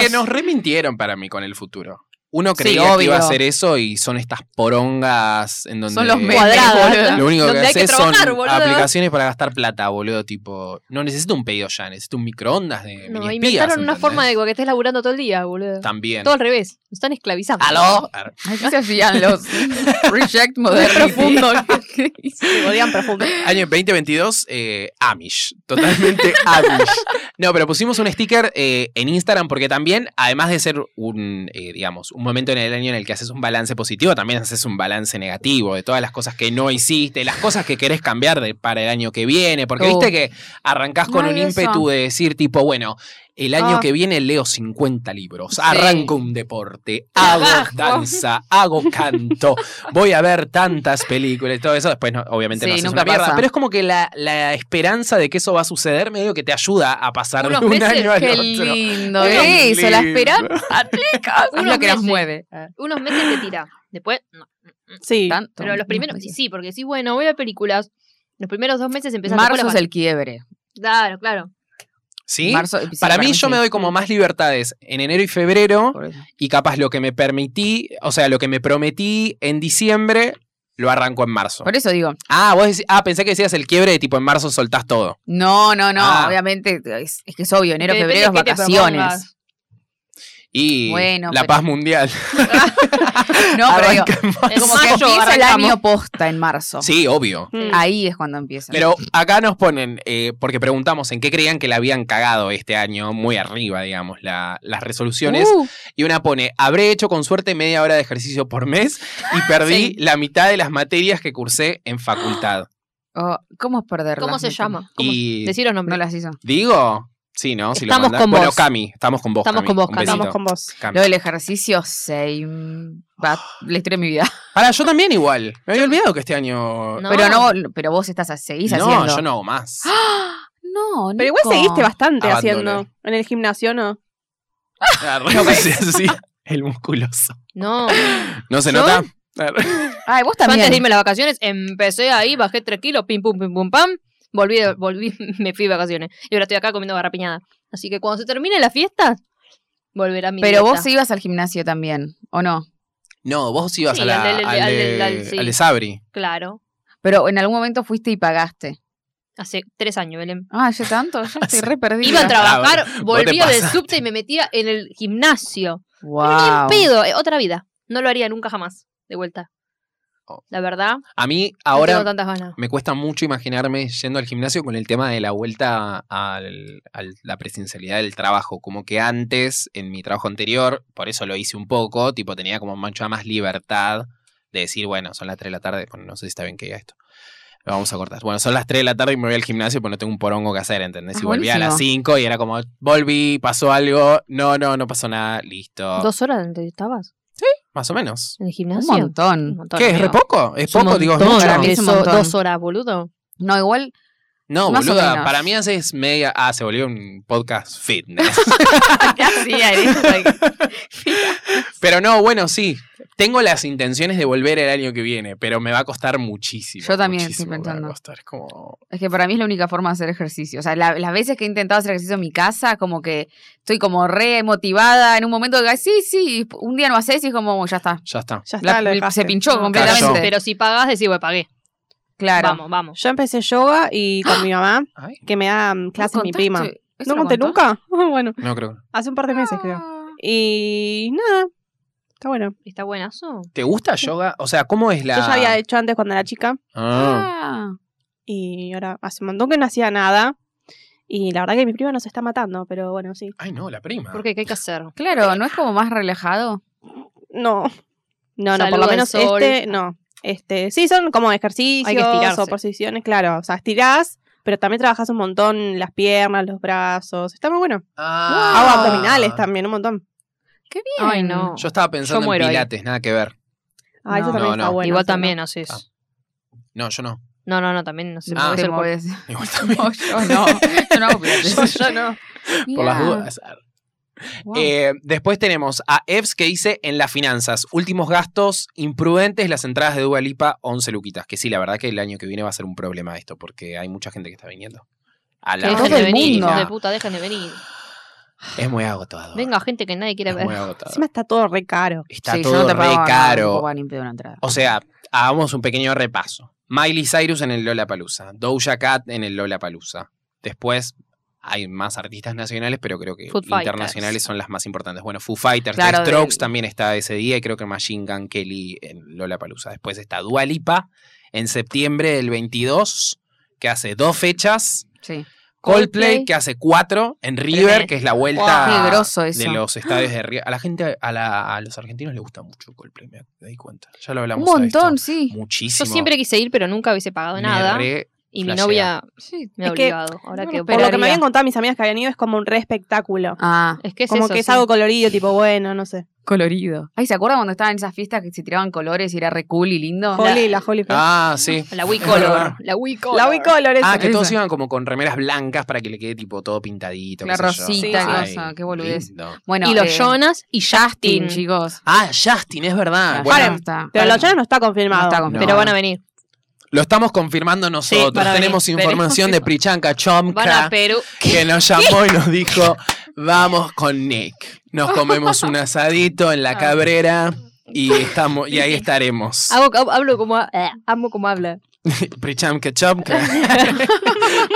Speaker 2: Es que nos remintieron para mí con el futuro. Uno
Speaker 1: Sí,
Speaker 2: creía que
Speaker 1: obvio.
Speaker 2: iba a hacer eso y son estas porongas en donde.
Speaker 1: Son los memes,
Speaker 5: Cuadradas.
Speaker 1: boludo.
Speaker 2: Lo único que
Speaker 5: Donde hay que
Speaker 2: haces son
Speaker 5: trabajar, boludo.
Speaker 2: aplicaciones para gastar plata, boludo. Tipo, no necesito un pedido ya, necesito un microondas de
Speaker 5: No,
Speaker 2: Minios Pías,
Speaker 5: inventaron una
Speaker 2: ¿entendés?
Speaker 5: forma de que estés laburando todo el día, boludo.
Speaker 2: También.
Speaker 5: Todo al revés. Nos están esclavizando.
Speaker 2: ¿Aló?
Speaker 1: Ay, ¿Qué se hacían los Reject Modernity? profundo.
Speaker 4: que odian profundo.
Speaker 2: Año 2022, eh, Amish. Totalmente Amish. No, pero pusimos un sticker eh, en Instagram porque también, además de ser un, eh, digamos, un momento en el año en el que haces un balance positivo, también haces un balance negativo de todas las cosas que no hiciste, las cosas que querés cambiar de- para el año que viene. Porque
Speaker 1: Uh.
Speaker 2: viste que arrancás con
Speaker 1: Ay,
Speaker 2: un
Speaker 1: eso.
Speaker 2: ímpetu de decir, tipo, bueno. El año
Speaker 4: Ah.
Speaker 2: que viene leo 50 libros, arranco un deporte, hago danza, hago canto, voy a ver tantas películas y todo eso. Después, no- obviamente,
Speaker 1: Sí,
Speaker 2: no haces
Speaker 1: nunca
Speaker 2: una mierda.
Speaker 1: pasa.
Speaker 2: Pero es como que la, la esperanza de que eso va a suceder medio que te ayuda a pasar
Speaker 5: Unos
Speaker 2: de un
Speaker 5: meses, ¿eh?
Speaker 2: año al
Speaker 1: Qué
Speaker 2: otro.
Speaker 1: lindo.
Speaker 2: Qué
Speaker 1: Eso, la
Speaker 2: lindo.
Speaker 1: esperanza, chicas. Es lo
Speaker 5: Unos
Speaker 1: que nos
Speaker 5: meses.
Speaker 1: mueve.
Speaker 5: Eh, Unos meses te tira. Después, no.
Speaker 4: Sí.
Speaker 1: Tanto.
Speaker 5: Pero los primeros,
Speaker 1: Marzo
Speaker 5: sí, porque decís, bueno, voy a ver películas. Los primeros dos meses empezás
Speaker 1: Marzo
Speaker 5: a
Speaker 1: es el quiebre.
Speaker 5: Claro, claro.
Speaker 2: ¿Sí?
Speaker 1: Marzo, sí,
Speaker 2: Para mí,
Speaker 1: sí.
Speaker 2: yo me doy como más libertades en enero y febrero
Speaker 1: Por eso.
Speaker 2: y capaz lo que me permití, o sea, lo que me prometí en diciembre, lo arranco en marzo.
Speaker 1: Por e- eso digo,
Speaker 2: Ah, vos decís, ah, pensé que decías el quiebre de tipo en marzo soltás todo.
Speaker 1: no, no, no,
Speaker 2: Ah.
Speaker 1: obviamente es, es que es obvio, enero,
Speaker 5: Que depende
Speaker 1: febrero,
Speaker 5: de qué te
Speaker 1: vacaciones.
Speaker 5: propongas.
Speaker 2: Y
Speaker 1: Bueno,
Speaker 2: la
Speaker 1: pero-
Speaker 2: paz mundial.
Speaker 1: No, pero digo,
Speaker 2: Arranca en marzo.
Speaker 5: Es
Speaker 1: como
Speaker 5: como
Speaker 1: que
Speaker 5: mayo,
Speaker 1: empieza el
Speaker 5: arrancamos.
Speaker 1: año posta en marzo.
Speaker 2: Sí, obvio.
Speaker 4: Mm.
Speaker 1: Ahí es cuando empieza.
Speaker 2: Pero acá nos ponen, eh, porque preguntamos en qué creían que la habían cagado este año, muy arriba, digamos, la- las resoluciones.
Speaker 5: Uh,
Speaker 2: Y una pone, habré hecho con suerte media hora de ejercicio por mes y perdí
Speaker 5: Sí.
Speaker 2: la mitad de las materias que cursé en facultad.
Speaker 1: Oh, ¿Cómo es perderla?
Speaker 5: ¿Cómo se
Speaker 1: Me
Speaker 5: llama? ¿Cómo-
Speaker 2: Y
Speaker 5: Decí los
Speaker 1: No
Speaker 5: nombres.
Speaker 1: las hizo.
Speaker 2: digo, sí, ¿no? Si lo
Speaker 5: Estamos
Speaker 2: mandás-
Speaker 5: con
Speaker 2: bueno,
Speaker 5: vos.
Speaker 2: Cami, estamos con vos.
Speaker 5: Estamos
Speaker 2: Cami.
Speaker 5: con vos,
Speaker 2: Un
Speaker 5: Cami.
Speaker 2: besito.
Speaker 4: Estamos con vos.
Speaker 2: Cami.
Speaker 1: Lo del ejercicio, same. Va, la historia de mi vida.
Speaker 2: Pará, yo también igual. Me había olvidado que este año.
Speaker 5: No.
Speaker 1: Pero no, pero vos estás, seguís
Speaker 2: No,
Speaker 1: haciendo.
Speaker 2: yo no hago más.
Speaker 1: ¡Ah! No,
Speaker 4: Pero igual
Speaker 1: Nico.
Speaker 4: seguiste bastante
Speaker 2: Abandoné.
Speaker 4: haciendo. En el gimnasio, ¿no?
Speaker 2: Ah, re- sí, sí, el musculoso.
Speaker 5: No.
Speaker 2: ¿No se
Speaker 5: ¿Yo?
Speaker 2: nota? Ah,
Speaker 1: Ay, vos
Speaker 5: Yo
Speaker 1: también.
Speaker 5: antes de irme a las vacaciones, empecé ahí, bajé 3 kilos, pim, pum, pim, pum, pam. Volví, de- volví, me fui de vacaciones. Y ahora estoy acá comiendo barrapiñada. Así que cuando se termine la fiesta, volverá mi
Speaker 1: Pero vos
Speaker 5: dieta.
Speaker 1: ibas al gimnasio también, ¿o no?
Speaker 2: No, vos ibas
Speaker 5: Sí,
Speaker 2: a la,
Speaker 5: al del-
Speaker 2: al,
Speaker 5: al
Speaker 2: de,
Speaker 5: del- al- sí.
Speaker 2: al de Sabri.
Speaker 5: Claro.
Speaker 1: Pero en algún momento fuiste y pagaste.
Speaker 5: Hace tres años, Belén.
Speaker 1: Ah, yo tanto, yo estoy re perdida.
Speaker 5: Iba a trabajar,
Speaker 2: vos te
Speaker 5: volvía del
Speaker 2: pasaste.
Speaker 5: subte y me metía en el gimnasio.
Speaker 1: Wow.
Speaker 5: Pedo, eh, otra vida. No lo haría nunca jamás. De vuelta.
Speaker 2: Oh.
Speaker 5: La verdad,
Speaker 2: A mí
Speaker 5: Ahora, no
Speaker 2: ahora
Speaker 5: tengo tantas ganas.
Speaker 2: me cuesta mucho imaginarme yendo al gimnasio con el tema de la vuelta al- a la presencialidad del trabajo. Como que antes, en mi trabajo anterior, por eso lo hice un poco, tipo tenía como mucha más libertad de decir, bueno, son las 3 de la tarde, bueno, no sé si está bien que diga esto. Lo vamos a cortar. Bueno, son las 3 de la tarde y me voy al gimnasio porque no tengo un porongo que hacer, ¿entendés?
Speaker 1: Ah,
Speaker 2: y volví a las
Speaker 1: buenísimo.
Speaker 2: 5 y era como, volví, pasó algo, no, no, no pasó nada, listo.
Speaker 5: ¿Dos horas donde estabas?
Speaker 2: Más o menos.
Speaker 5: ¿En el
Speaker 1: Un
Speaker 5: gimnasio?
Speaker 1: montón.
Speaker 5: montón,
Speaker 2: ¿Qué? ¿Es re
Speaker 5: amigo.
Speaker 2: poco? ¿Es,
Speaker 5: un
Speaker 2: poco? Digo, ¿es
Speaker 5: montón,
Speaker 2: mucho?
Speaker 1: para
Speaker 5: para mí
Speaker 1: Es un
Speaker 5: eso,
Speaker 1: montón.
Speaker 5: dos horas, boludo.
Speaker 1: No, igual
Speaker 2: No,
Speaker 1: Más o
Speaker 2: boluda,
Speaker 1: menos.
Speaker 2: para mí haces media. Ah, se volvió un podcast fitness.
Speaker 1: ¿Qué hacía en esto?
Speaker 2: pero no, bueno, sí. Tengo las intenciones de volver el año que viene, pero me va a costar muchísimo.
Speaker 1: Yo también estoy
Speaker 2: muchísimo me va a
Speaker 1: pensando.
Speaker 2: costar, es como-
Speaker 1: Es que para mí es la única forma de hacer ejercicio. O sea, la- las veces que he intentado hacer ejercicio en mi casa, como que estoy como re motivada en un momento que sí, sí, un día no haces y es como, "Oh, ya está.
Speaker 2: Ya está.
Speaker 4: Ya
Speaker 1: La-
Speaker 4: está, lo
Speaker 1: el-
Speaker 4: dejaste.
Speaker 1: se pinchó
Speaker 4: No,
Speaker 1: completamente.
Speaker 2: cayó.
Speaker 5: Pero si pagás, decís, bueno, pagué.
Speaker 1: Claro.
Speaker 5: Vamos, vamos.
Speaker 4: Yo empecé yoga y con mi mamá,
Speaker 2: Ay,
Speaker 4: que me da mm, clases mi
Speaker 1: ¿Contaste?
Speaker 4: prima.
Speaker 1: ¿Eso lo
Speaker 4: ¿No conté
Speaker 1: contó?
Speaker 4: nunca? bueno,
Speaker 2: no creo.
Speaker 4: hace un par de meses creo.
Speaker 1: Ah.
Speaker 4: Y nada, está bueno.
Speaker 5: ¿Está buenazo?
Speaker 2: ¿Te gusta yoga? O sea, ¿cómo es la.
Speaker 4: Yo ya había hecho antes cuando era chica
Speaker 2: Ah,
Speaker 1: Ah.
Speaker 4: y ahora hace un montón que no hacía nada. Y la verdad que mi prima nos está matando, pero bueno, sí.
Speaker 2: Ay, no, la prima.
Speaker 5: Porque ¿qué hay que hacer?
Speaker 1: Claro, ¿no es como más relajado?
Speaker 4: No, no, no,
Speaker 5: Salud
Speaker 4: por lo
Speaker 5: al
Speaker 4: menos
Speaker 5: sol.
Speaker 4: este, no. Este, sí, son como ejercicios
Speaker 5: estirarse.
Speaker 4: o posiciones, claro. O sea, estirás, pero también trabajas un montón las piernas, los brazos. Está muy bueno.
Speaker 2: Ah.
Speaker 4: Hago abdominales también, un montón.
Speaker 1: Qué bien.
Speaker 5: Ay, no.
Speaker 2: Yo estaba pensando
Speaker 5: muero
Speaker 2: en
Speaker 5: ahí.
Speaker 2: pilates, nada que ver.
Speaker 4: Ah, eso
Speaker 1: No.
Speaker 4: también
Speaker 2: No,
Speaker 4: está
Speaker 2: no.
Speaker 4: bueno.
Speaker 5: Igual
Speaker 4: hacerlo.
Speaker 5: también, no sé.
Speaker 2: Ah. No, yo no.
Speaker 5: No, no, no, también no sé.
Speaker 1: Te
Speaker 2: Ah.
Speaker 5: puede
Speaker 1: te
Speaker 5: ser por-
Speaker 1: moves.
Speaker 2: Igual también.
Speaker 1: No, yo no. Yo no hago pilates.
Speaker 2: no. Por
Speaker 1: Mirá.
Speaker 2: las dudas.
Speaker 1: Wow.
Speaker 2: Eh, después tenemos a Evs que dice en las finanzas, últimos gastos imprudentes, las entradas de Dua Lipa, 11 luquitas. Que sí, la verdad que el año que viene va a ser un problema esto, porque hay mucha gente que está viniendo. A
Speaker 5: Que
Speaker 2: la
Speaker 1: Todo
Speaker 5: dejen de
Speaker 1: el
Speaker 5: venir,
Speaker 1: mundo.
Speaker 5: hijos de puta, dejen de venir.
Speaker 2: Es muy agotado.
Speaker 5: Venga gente que nadie quiere
Speaker 2: es
Speaker 5: ver.
Speaker 2: muy agotado.
Speaker 4: Encima está todo re caro.
Speaker 2: Está
Speaker 1: Sí, yo
Speaker 2: todo
Speaker 1: no te
Speaker 2: re
Speaker 1: pago
Speaker 2: caro.
Speaker 1: Nada, ni pedo una entrada.
Speaker 2: O sea, hagamos un pequeño repaso. Miley Cyrus en el Lola Palusa, Doja Cat en el Lola Palusa. Después hay más artistas nacionales, pero creo que
Speaker 5: Foo Fighters.
Speaker 2: internacionales son las más importantes. Bueno, Foo Fighters, The
Speaker 1: Claro,
Speaker 2: Strokes
Speaker 1: del-
Speaker 2: también está ese día y creo que Machine Gun Kelly en Lola Palusa. Después está Dua Lipa en septiembre del 22, que hace dos fechas.
Speaker 1: Sí.
Speaker 2: Coldplay,
Speaker 5: Coldplay.
Speaker 2: que hace cuatro. En River,
Speaker 5: Tremendo.
Speaker 2: que es la vuelta
Speaker 1: Wow. Qué groso eso.
Speaker 2: ah, de los estadios de River. A la gente, a, la- a los argentinos les gusta mucho Coldplay, me me di cuenta. Ya lo
Speaker 1: Un
Speaker 2: hablamos. a esto.
Speaker 1: montón, sí.
Speaker 5: Yo
Speaker 2: Muchísimo.
Speaker 5: siempre quise ir, pero nunca hubiese pagado
Speaker 2: Me
Speaker 5: nada.
Speaker 2: re-
Speaker 5: Y mi
Speaker 2: flashea.
Speaker 5: novia
Speaker 1: Sí.
Speaker 5: me ha
Speaker 4: Es que-
Speaker 5: obligado. Ahora
Speaker 1: no
Speaker 5: que
Speaker 1: lo
Speaker 4: Por lo que
Speaker 1: Esperaría.
Speaker 4: me habían contado mis amigas que habían ido, es como un re espectáculo.
Speaker 1: Ah,
Speaker 5: Es que es
Speaker 4: como
Speaker 5: eso,
Speaker 4: que es
Speaker 5: sí.
Speaker 4: algo colorido, tipo bueno, no sé.
Speaker 1: colorido. Ay, ¿se acuerdan cuando estaban en esas fiestas que se tiraban colores y era re cool y lindo?
Speaker 4: Holly, la, Holly. Fest.
Speaker 2: Ah, sí.
Speaker 5: La Wii
Speaker 2: Es
Speaker 5: Color.
Speaker 2: verdad.
Speaker 5: La Wii Color.
Speaker 4: la Wii Color,
Speaker 2: Ah,
Speaker 4: esa.
Speaker 2: que
Speaker 1: esa.
Speaker 2: todos iban como con remeras blancas para que le quede tipo todo pintadito. qué
Speaker 1: La
Speaker 2: sé yo.
Speaker 1: rosita
Speaker 4: y
Speaker 2: Ay,
Speaker 1: cosa, qué boludez.
Speaker 2: lindo.
Speaker 1: Bueno,
Speaker 5: y los
Speaker 1: eh,
Speaker 5: Jonas y Justin.
Speaker 1: Justin, chicos.
Speaker 2: Ah, Justin, es verdad.
Speaker 1: Ya,
Speaker 2: Ah, Bueno,
Speaker 1: ya no está.
Speaker 4: Pero
Speaker 1: Para-
Speaker 4: lo ya no está
Speaker 1: no
Speaker 4: confirmado.
Speaker 1: está
Speaker 2: No.
Speaker 1: confirmado.
Speaker 5: Pero van a venir.
Speaker 2: lo estamos confirmando nosotros.
Speaker 5: para mí.
Speaker 2: Tenemos información de
Speaker 5: Veremos.
Speaker 2: Prichanka
Speaker 5: Van a
Speaker 2: Chomka
Speaker 5: Perú.
Speaker 2: que nos llamó y nos dijo, vamos con Nick. Nos comemos un asadito en
Speaker 1: Ah.
Speaker 2: la cabrera y, estamos, y ahí estaremos.
Speaker 5: Hago- hab- hablo como. ha- eh, amo como habla.
Speaker 2: Prichanka Chomka.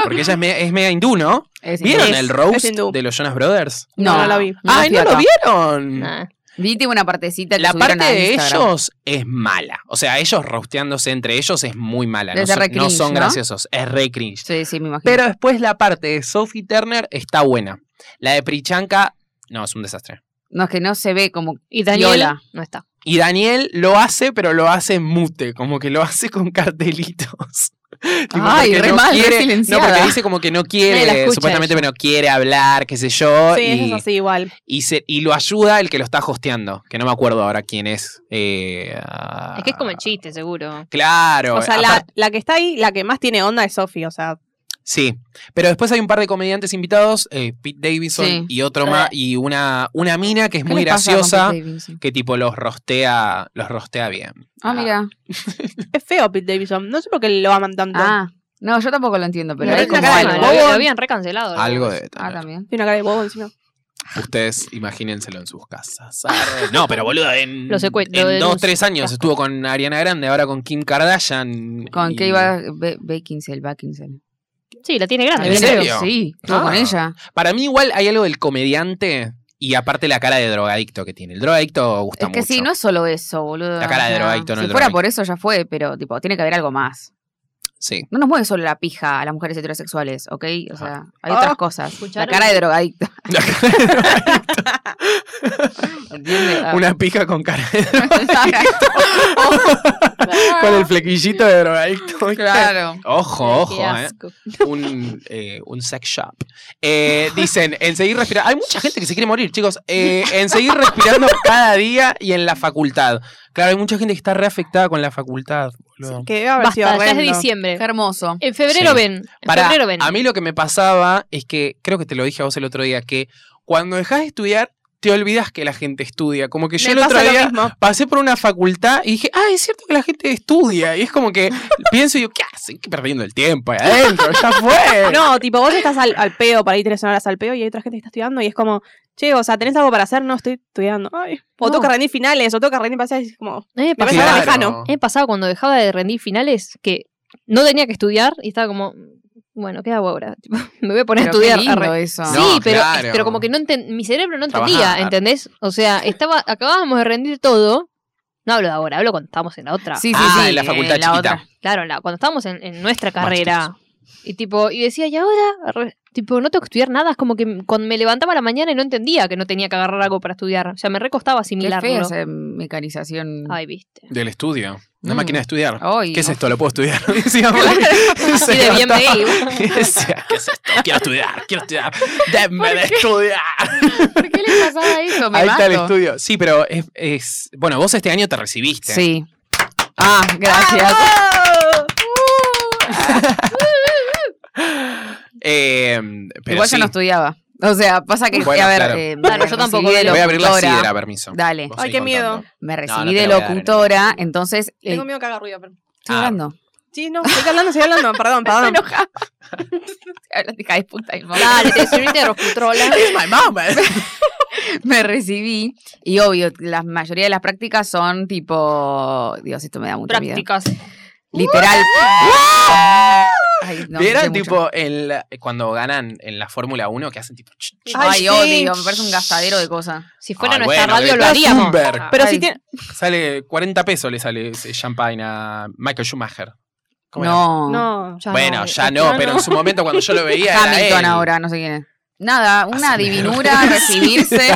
Speaker 2: Porque ella es media, es media hindú, ¿no?
Speaker 1: Es-
Speaker 2: ¿Vieron
Speaker 1: es-
Speaker 2: el roast
Speaker 4: es hindú.
Speaker 2: de los Jonas Brothers?
Speaker 4: No, no
Speaker 1: la
Speaker 4: lo vi.
Speaker 2: ¡Ay,
Speaker 1: fui
Speaker 2: no lo
Speaker 1: acá.
Speaker 2: vieron!
Speaker 5: Nah.
Speaker 1: Vi tipo una partecita que
Speaker 2: La
Speaker 1: subieron
Speaker 2: parte
Speaker 1: a
Speaker 2: de
Speaker 1: Instagram.
Speaker 2: ellos es mala. O sea, ellos rosteándose entre ellos es muy mala. No
Speaker 1: Es re
Speaker 2: son, no
Speaker 1: cringe,
Speaker 2: son
Speaker 1: ¿no?
Speaker 2: graciosos. Es re cringe.
Speaker 1: Sí, sí, me imagino.
Speaker 2: Pero después la parte de Sophie Turner está buena. La de Prichanka, no, es un desastre.
Speaker 1: no, es que no se ve como...
Speaker 5: Y Daniela
Speaker 1: Viola.
Speaker 5: no está.
Speaker 2: Y Daniel lo hace, pero lo hace mute, como que lo hace con cartelitos. Tipo,
Speaker 1: Ay,
Speaker 2: porque
Speaker 1: re mal, re
Speaker 2: no,
Speaker 1: silenciada.
Speaker 2: porque dice como que no
Speaker 3: Nadie la
Speaker 2: quiere,
Speaker 3: escucha
Speaker 2: supuestamente,
Speaker 3: ella.
Speaker 2: pero quiere hablar, qué sé yo.
Speaker 4: Sí,
Speaker 2: y,
Speaker 4: eso es así igual.
Speaker 2: y, se- y lo ayuda el que lo está hosteando, que no me acuerdo ahora quién es. eh, ah,
Speaker 5: Es que es como el chiste, seguro.
Speaker 2: Claro.
Speaker 4: O sea,
Speaker 2: aparte-
Speaker 4: la, la que está ahí, la que más tiene onda es Sophie, o sea,
Speaker 2: Sí, pero después hay un par de comediantes invitados, eh, Pete Davidson
Speaker 1: Sí.
Speaker 2: y otro más, y una, una mina que es muy graciosa, que tipo los rostea, los rostea bien.
Speaker 1: Ah, mira.
Speaker 4: es feo Pete Davidson. No sé por qué lo aman tanto.
Speaker 1: Ah, no, yo tampoco lo entiendo, pero
Speaker 4: No,
Speaker 1: hay
Speaker 4: es una
Speaker 1: como
Speaker 4: cara de
Speaker 1: algo.
Speaker 4: loco.
Speaker 5: lo habían recancelado. ¿no?
Speaker 2: Algo de
Speaker 1: Ah, también.
Speaker 4: Tiene una cara de bobo encima.
Speaker 2: Ustedes imagínenselo en sus casas. Arre. No, pero boludo, en,
Speaker 5: Lo secue- lo
Speaker 2: en dos,
Speaker 5: denuncia.
Speaker 2: tres años estuvo con Ariana Grande, ahora con Kim Kardashian.
Speaker 1: Con
Speaker 2: y-
Speaker 1: que iba Be- Beckinsale, Beckinsale.
Speaker 5: Sí, la tiene grande.
Speaker 2: ¿En
Speaker 5: creo.
Speaker 2: serio?
Speaker 1: Sí, estuvo
Speaker 2: Ah.
Speaker 1: con ella.
Speaker 2: Para mí igual hay algo del comediante y aparte la cara de drogadicto que tiene. El drogadicto gusta
Speaker 1: Es que sí,
Speaker 2: mucho.
Speaker 1: no es solo eso, boludo.
Speaker 2: La cara de
Speaker 1: o sea,
Speaker 2: drogadicto, no
Speaker 1: Si
Speaker 2: el
Speaker 1: fuera
Speaker 2: drogadicto.
Speaker 1: por eso ya fue, pero tipo, tiene que haber algo más.
Speaker 2: Sí.
Speaker 1: No nos mueve solo la pija a las mujeres heterosexuales, ¿ok? O sea, hay
Speaker 4: Ah.
Speaker 1: otras cosas. La
Speaker 5: ¿Escucharon?
Speaker 1: cara de drogadicto.
Speaker 2: La cara
Speaker 1: Ah,
Speaker 2: de drogadicto.
Speaker 1: ¿entiendes? Ah.
Speaker 2: Una pija con cara de con el flequillito de drogadicto. ¿viste?
Speaker 1: Claro.
Speaker 2: Ojo, ojo,
Speaker 3: Qué
Speaker 2: eh.
Speaker 3: asco.
Speaker 2: Un, eh, un sex shop. Eh, dicen, en seguir respirando. Hay mucha gente que se quiere morir, chicos. Eh, en seguir respirando cada día y en la facultad. Claro, hay mucha gente que está reafectada con la facultad. boludo.
Speaker 4: Que debe haber sido
Speaker 5: Basta, ya es
Speaker 4: horrendo.
Speaker 5: diciembre.
Speaker 1: Qué hermoso.
Speaker 5: En febrero
Speaker 2: Sí.
Speaker 5: ven. En
Speaker 2: Pará,
Speaker 5: febrero ven.
Speaker 2: a mí lo que me pasaba es que, creo que te lo dije a vos el otro día, que cuando dejas de estudiar, te olvidas que la gente estudia. Como que yo
Speaker 4: Me
Speaker 2: el otro
Speaker 4: pasa lo
Speaker 2: día
Speaker 4: mismo.
Speaker 2: pasé por una facultad y dije, ah, es cierto que la gente estudia. Y es como que pienso y digo, ¿qué hacen? Que perdiendo el tiempo ahí adentro, ya fue.
Speaker 4: No, tipo, vos estás al, al pedo, para ir tres horas al pedo, y hay otra gente que está estudiando, y es como, che, o sea, ¿tenés algo para hacer? No, estoy estudiando. Ay, o
Speaker 5: No.
Speaker 4: tengo que rendir finales, o tengo que rendir pasajes, y es como,
Speaker 5: A mí me
Speaker 4: parece
Speaker 5: pasaba,
Speaker 4: algo lejano.
Speaker 5: a mí me pasaba cuando dejaba de rendir finales que no tenía que estudiar y estaba como, bueno, ¿qué hago ahora? Tipo, Me voy a poner
Speaker 1: Pero
Speaker 5: a estudiar.
Speaker 1: qué lindo
Speaker 5: arre.
Speaker 1: eso.
Speaker 5: Sí,
Speaker 2: No,
Speaker 5: pero,
Speaker 2: claro.
Speaker 5: pero como que no enten- mi cerebro no entendía,
Speaker 2: Trabajar.
Speaker 5: ¿entendés? O sea, estaba, acabábamos de rendir todo. No hablo de ahora, hablo cuando estábamos en la otra.
Speaker 1: Sí, sí,
Speaker 2: Ah,
Speaker 1: sí.
Speaker 2: en la
Speaker 1: eh,
Speaker 2: facultad chiquita.
Speaker 1: otra.
Speaker 5: Claro, la- cuando estábamos en, en nuestra carrera. Y tipo, y decía, ¿y ahora? Arre, Tipo, no tengo que estudiar nada. Es como que m- cuando me levantaba a la mañana y no entendía que no tenía que agarrar algo para estudiar. O sea, me recostaba
Speaker 1: Qué fea
Speaker 5: asimilarlo.
Speaker 1: esa mecanización.
Speaker 5: Ay, viste.
Speaker 2: Del estudio. Una
Speaker 1: Mm.
Speaker 2: máquina de estudiar.
Speaker 1: Hoy.
Speaker 2: ¿Qué es esto? ¿Lo puedo estudiar? Decíamos.
Speaker 5: Así de bien me iba.
Speaker 2: Decía, ¿Qué es esto? Quiero estudiar, quiero estudiar. Denme
Speaker 1: ¿Por
Speaker 2: de
Speaker 1: qué?
Speaker 2: estudiar.
Speaker 1: ¿Por qué le pasaba eso? Me
Speaker 2: Ahí está el
Speaker 1: mato.
Speaker 2: estudio. Sí, pero es, es- Bueno, vos este año te recibiste.
Speaker 1: Sí. Ah, gracias.
Speaker 2: Eh, pero
Speaker 1: Igual
Speaker 2: sí.
Speaker 1: yo no estudiaba. O sea, pasa que,
Speaker 2: Bueno,
Speaker 1: a ver,
Speaker 2: claro.
Speaker 1: eh,
Speaker 5: Claro, yo
Speaker 1: me
Speaker 5: tampoco
Speaker 1: recibí de
Speaker 5: veo.
Speaker 2: Voy a abrir la
Speaker 1: locutora.
Speaker 2: sidra, permiso.
Speaker 1: Dale,
Speaker 2: Vos
Speaker 4: Ay,
Speaker 2: seguí
Speaker 4: qué miedo.
Speaker 2: contando.
Speaker 1: me recibí
Speaker 2: no te
Speaker 1: de
Speaker 2: la voy a dar,
Speaker 1: locutora, entonces eh,
Speaker 4: tengo miedo que haga ruido, pero...
Speaker 1: estoy
Speaker 2: Ah.
Speaker 1: hablando.
Speaker 4: Sí, no, estoy hablando, estoy hablando, perdón, perdón.
Speaker 1: Habla, hija de puta, Ah, mi mamá.
Speaker 5: Dale, te sirviste de roscutrola.
Speaker 1: Me recibí y obvio, la mayoría de las prácticas son tipo, Dios, esto me da mucho miedo.
Speaker 5: Prácticas.
Speaker 1: Literal. Ay, no, sé
Speaker 2: ¿Vieron,
Speaker 1: mucho.
Speaker 2: tipo, en la- cuando ganan en la Fórmula 1 que hacen tipo. ch- ch-
Speaker 1: Ay,
Speaker 4: Ay,
Speaker 1: odio,
Speaker 4: sí.
Speaker 1: me parece un gastadero de cosas.
Speaker 5: Si fuera
Speaker 2: Ay,
Speaker 5: nuestra
Speaker 2: bueno,
Speaker 5: radio, lo
Speaker 2: gritás
Speaker 5: haríamos.
Speaker 2: Zumberg.
Speaker 4: Pero
Speaker 1: Ay.
Speaker 4: si tiene...
Speaker 2: Sale 40 pesos le sale ese champagne a Michael Schumacher. ¿Cómo era?
Speaker 1: No.
Speaker 4: No. Ah,
Speaker 5: Ya
Speaker 2: bueno,
Speaker 5: no,
Speaker 2: ya
Speaker 5: eh,
Speaker 2: no, pero en su momento cuando yo lo veía era
Speaker 1: Hamilton
Speaker 2: él.
Speaker 1: ahora, no sé quién es. Nada, una
Speaker 2: Haceme
Speaker 1: divinura, recibirse.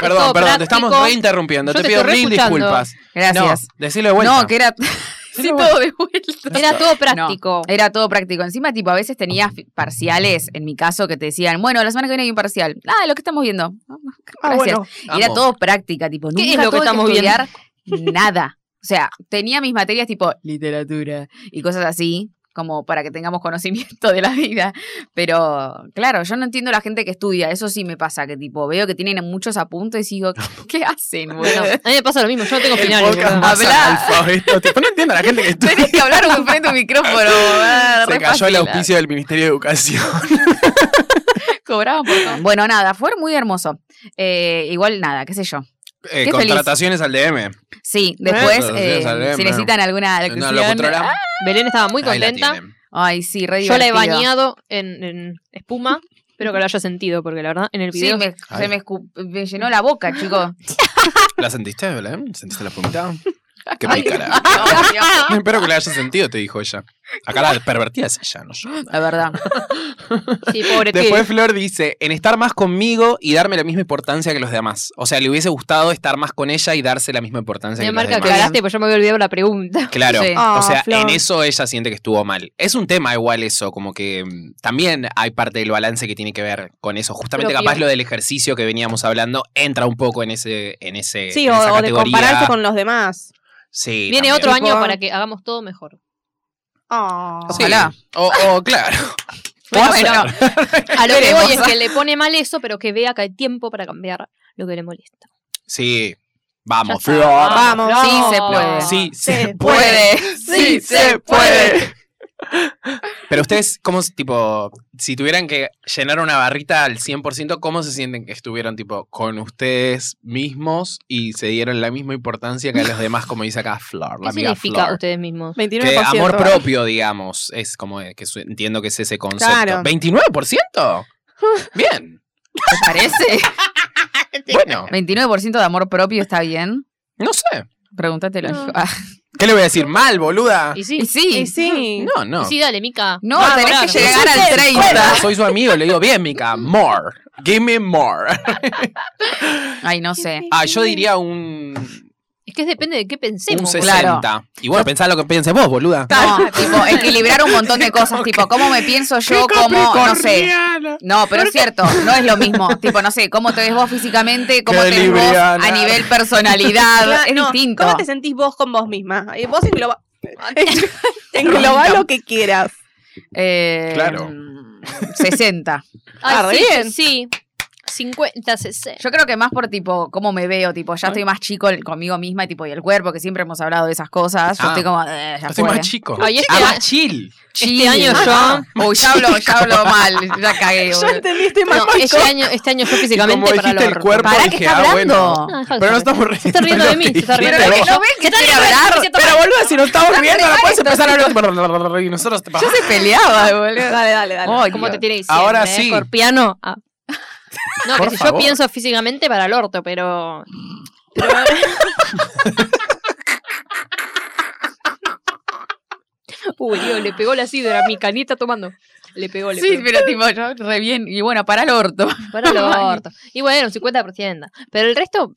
Speaker 2: Perdón, perdón,
Speaker 5: Todo
Speaker 2: te
Speaker 5: práctico.
Speaker 2: estamos reinterrumpiendo.
Speaker 5: Yo
Speaker 2: Te,
Speaker 5: te
Speaker 2: pido
Speaker 5: estoy re
Speaker 2: mil
Speaker 5: escuchando.
Speaker 2: disculpas.
Speaker 1: Gracias.
Speaker 2: No, decilo de vuelta.
Speaker 1: No, que era sí, todo de vuelta.
Speaker 5: Era todo
Speaker 1: No,
Speaker 5: práctico.
Speaker 1: era todo práctico. Encima, tipo, a veces tenías fi- parciales, en mi caso, que te decían, bueno, la semana que viene hay un parcial. Ah, lo que estamos viendo.
Speaker 4: Ah,
Speaker 1: Gracias.
Speaker 4: bueno.
Speaker 1: Y Era
Speaker 2: Amo.
Speaker 1: todo práctica, tipo, nunca
Speaker 5: ¿Qué es lo que
Speaker 1: tuve
Speaker 5: estamos
Speaker 1: estudiar nada. O sea, tenía mis materias tipo literatura y cosas así, como para que tengamos conocimiento de la vida. Pero, claro, yo no entiendo la gente que estudia. Eso sí me pasa, que tipo, veo que tienen muchos apuntes y digo, ¿qué hacen?
Speaker 5: Bueno,
Speaker 1: boludo?
Speaker 5: a mí me pasa lo mismo, yo no tengo
Speaker 2: El
Speaker 5: finales.
Speaker 2: podcast
Speaker 5: boludo.
Speaker 2: más
Speaker 1: Habla.
Speaker 2: analfabeto. Tipo, no entiendo a la gente que estudia.
Speaker 1: Tenés que hablar con frente a un micrófono. ah,
Speaker 2: Se
Speaker 1: re
Speaker 2: cayó el
Speaker 1: fácil.
Speaker 2: auspicio del Ministerio de Educación.
Speaker 1: Cobraban por todo. Bueno, nada, fue muy hermoso. Eh, igual nada, qué sé yo.
Speaker 2: Eh,
Speaker 1: Qué feliz.
Speaker 2: contrataciones al DM.
Speaker 1: Sí, después,
Speaker 2: Bueno,
Speaker 1: eh,
Speaker 2: sí, sale,
Speaker 1: si
Speaker 2: bueno.
Speaker 1: necesitan alguna
Speaker 2: Una
Speaker 1: locución-
Speaker 2: locutora.
Speaker 1: ah,
Speaker 5: Belén estaba muy
Speaker 2: ahí la
Speaker 5: contenta.
Speaker 2: tienen.
Speaker 1: Ay, sí, re
Speaker 5: Yo la he
Speaker 1: divertido.
Speaker 5: bañado en, en espuma. Espero que lo haya sentido, porque la verdad, en el
Speaker 1: Sí,
Speaker 5: video.
Speaker 1: me,
Speaker 2: Ay.
Speaker 1: se me, escu- me llenó la boca, chico.
Speaker 2: ¿La sentiste, Belén? ¿Sentiste la punta? Qué pícara. Espero que le haya sentido, te dijo ella. Acá la pervertida es ella, no yo.
Speaker 1: La verdad.
Speaker 5: Sí, pobre tío.
Speaker 2: Después Flor dice, en estar más conmigo y darme la misma importancia que los demás. O sea, le hubiese gustado estar más con ella y darse la misma importancia que
Speaker 5: Me
Speaker 2: los
Speaker 5: marca que
Speaker 2: demás.
Speaker 5: cagaste, pues yo me había olvidado la pregunta.
Speaker 2: Claro,
Speaker 1: Sí.
Speaker 2: o sea,
Speaker 4: Ah, Flor.
Speaker 2: en eso ella siente que estuvo mal. Es un tema igual eso, como que mm, también hay parte del balance que tiene que ver con eso. Justamente
Speaker 5: Propio.
Speaker 2: capaz lo del ejercicio que veníamos hablando entra un poco en ese en ese
Speaker 4: Sí,
Speaker 2: Eh, en
Speaker 4: o,
Speaker 2: esa
Speaker 4: o de
Speaker 2: categoría.
Speaker 4: compararse con los demás.
Speaker 2: Sí,
Speaker 5: Viene
Speaker 2: también.
Speaker 5: otro
Speaker 4: Tipo-
Speaker 5: año para que hagamos todo mejor.
Speaker 4: Ah.
Speaker 2: Sí. Eh,
Speaker 1: Ojalá.
Speaker 2: O, o, claro.
Speaker 1: Bueno,
Speaker 2: Ojalá.
Speaker 5: A lo que
Speaker 1: Veremos.
Speaker 5: voy es que le pone mal eso, pero que vea que hay tiempo para cambiar lo que le molesta.
Speaker 2: Sí. Vamos,
Speaker 5: Ya está.
Speaker 2: Flor.
Speaker 4: Vamos.
Speaker 5: Flor.
Speaker 1: Sí, se puede.
Speaker 2: Sí, se,
Speaker 4: Se
Speaker 2: puede.
Speaker 1: Sí, se puede.
Speaker 2: Pero ustedes, ¿cómo, es, tipo, si tuvieran que llenar una barrita al 100%, ¿cómo se sienten que estuvieron, tipo, con ustedes mismos y se dieron la misma importancia que a los demás, como dice acá Flor, la
Speaker 5: ¿Qué
Speaker 2: amiga
Speaker 5: significa
Speaker 2: Flor?
Speaker 5: ustedes mismos?
Speaker 4: 29%.
Speaker 2: Que amor propio, digamos, es como eh, que su- entiendo que es ese concepto.
Speaker 4: Claro.
Speaker 2: ¿29%? Bien.
Speaker 1: ¿Te parece?
Speaker 2: Bueno,
Speaker 1: 29% de amor propio está bien.
Speaker 2: no sé.
Speaker 1: Pregúntatelo.
Speaker 5: No.
Speaker 1: hijo. Ah,
Speaker 2: ¿Qué le voy a decir? Mal, boluda.
Speaker 5: Y sí. Ah,
Speaker 1: y sí.
Speaker 4: Y sí.
Speaker 2: No, no.
Speaker 5: Y sí, dale, Mica.
Speaker 1: No,
Speaker 5: Va a
Speaker 1: tenés
Speaker 5: parar.
Speaker 1: que llegar al 30.
Speaker 2: Bueno, soy su amigo, le digo, bien, Mica, more. Give me more.
Speaker 1: Ay, no sé.
Speaker 2: Ah, yo diría un,
Speaker 5: Es que es depende de qué
Speaker 2: un
Speaker 5: pensemos.
Speaker 1: claro.
Speaker 2: 60. Y bueno, pensá lo que pienses vos, boluda.
Speaker 1: No, tipo, equilibrar un montón de cosas, tipo, ¿cómo me pienso yo? ¿Cómo? No sé. No, pero es cierto, no es lo mismo. Tipo, no sé, cómo te ves vos físicamente, cómo
Speaker 2: Qué
Speaker 1: te ves vos
Speaker 2: liviana.
Speaker 1: a nivel personalidad.
Speaker 4: Claro,
Speaker 1: Es
Speaker 4: no,
Speaker 1: distinto.
Speaker 4: ¿Cómo te sentís vos con vos misma? Eh, Vos engloba, engloba lo que quieras.
Speaker 1: Eh,
Speaker 2: Claro.
Speaker 1: mm, 60.
Speaker 5: Ay,
Speaker 4: Ah, re
Speaker 5: sí,
Speaker 4: bien.
Speaker 5: sí. 50, 60.
Speaker 1: Yo creo que más por tipo cómo me veo, tipo, ya estoy más chico el- conmigo misma, tipo, y el cuerpo, que siempre hemos hablado de esas cosas. Yo
Speaker 2: Ah.
Speaker 1: estoy como, eh, ya
Speaker 2: Yo soy
Speaker 1: fue.
Speaker 2: más chico.
Speaker 5: Ay, este
Speaker 2: Ah,
Speaker 5: a-
Speaker 2: más chill.
Speaker 1: Chill.
Speaker 5: año yo-
Speaker 1: Uy, ya hablo, ya hablo mal, ya cagué.
Speaker 4: Yo
Speaker 1: boludo.
Speaker 4: entendí, estoy más
Speaker 5: No, este año, este año yo
Speaker 2: Como
Speaker 5: físicamente para
Speaker 2: dijiste
Speaker 5: lo
Speaker 2: el cuerpo,
Speaker 1: Pará, que
Speaker 2: dije,
Speaker 1: está
Speaker 2: ah, bueno.
Speaker 1: hablando.
Speaker 5: Ah, dejá
Speaker 2: Pero
Speaker 5: de
Speaker 2: no
Speaker 5: joder.
Speaker 2: estamos riendo.
Speaker 5: Se está riendo de mí, se está riendo
Speaker 1: Pero
Speaker 5: de
Speaker 1: es
Speaker 5: mí.
Speaker 1: que no ven que
Speaker 5: está
Speaker 1: quiere
Speaker 5: riendo de mí,
Speaker 1: hablar.
Speaker 5: se está
Speaker 2: Pero boluda, si no estamos riendo, no puedes
Speaker 1: esto.
Speaker 2: empezar a hablar. Y nosotros te
Speaker 1: Yo se peleaba, boludo.
Speaker 4: Dale, dale, dale.
Speaker 1: Ay,
Speaker 5: Como te
Speaker 1: Dios.
Speaker 5: tiene diciendo,
Speaker 2: Ahora
Speaker 5: ¿eh?
Speaker 2: sí.
Speaker 5: Escorpiano. Ah. No,
Speaker 2: Por
Speaker 5: que si yo
Speaker 2: favor.
Speaker 5: pienso físicamente para el orto, pero. pero- Uy, Dios, le pegó la sidra a mi canita tomando. Le pegó, le
Speaker 1: Sí,
Speaker 5: pegó.
Speaker 1: pero tipo, yo re bien. Y bueno, para el orto.
Speaker 5: Para el orto. Y bueno, un 50%. Pero el resto,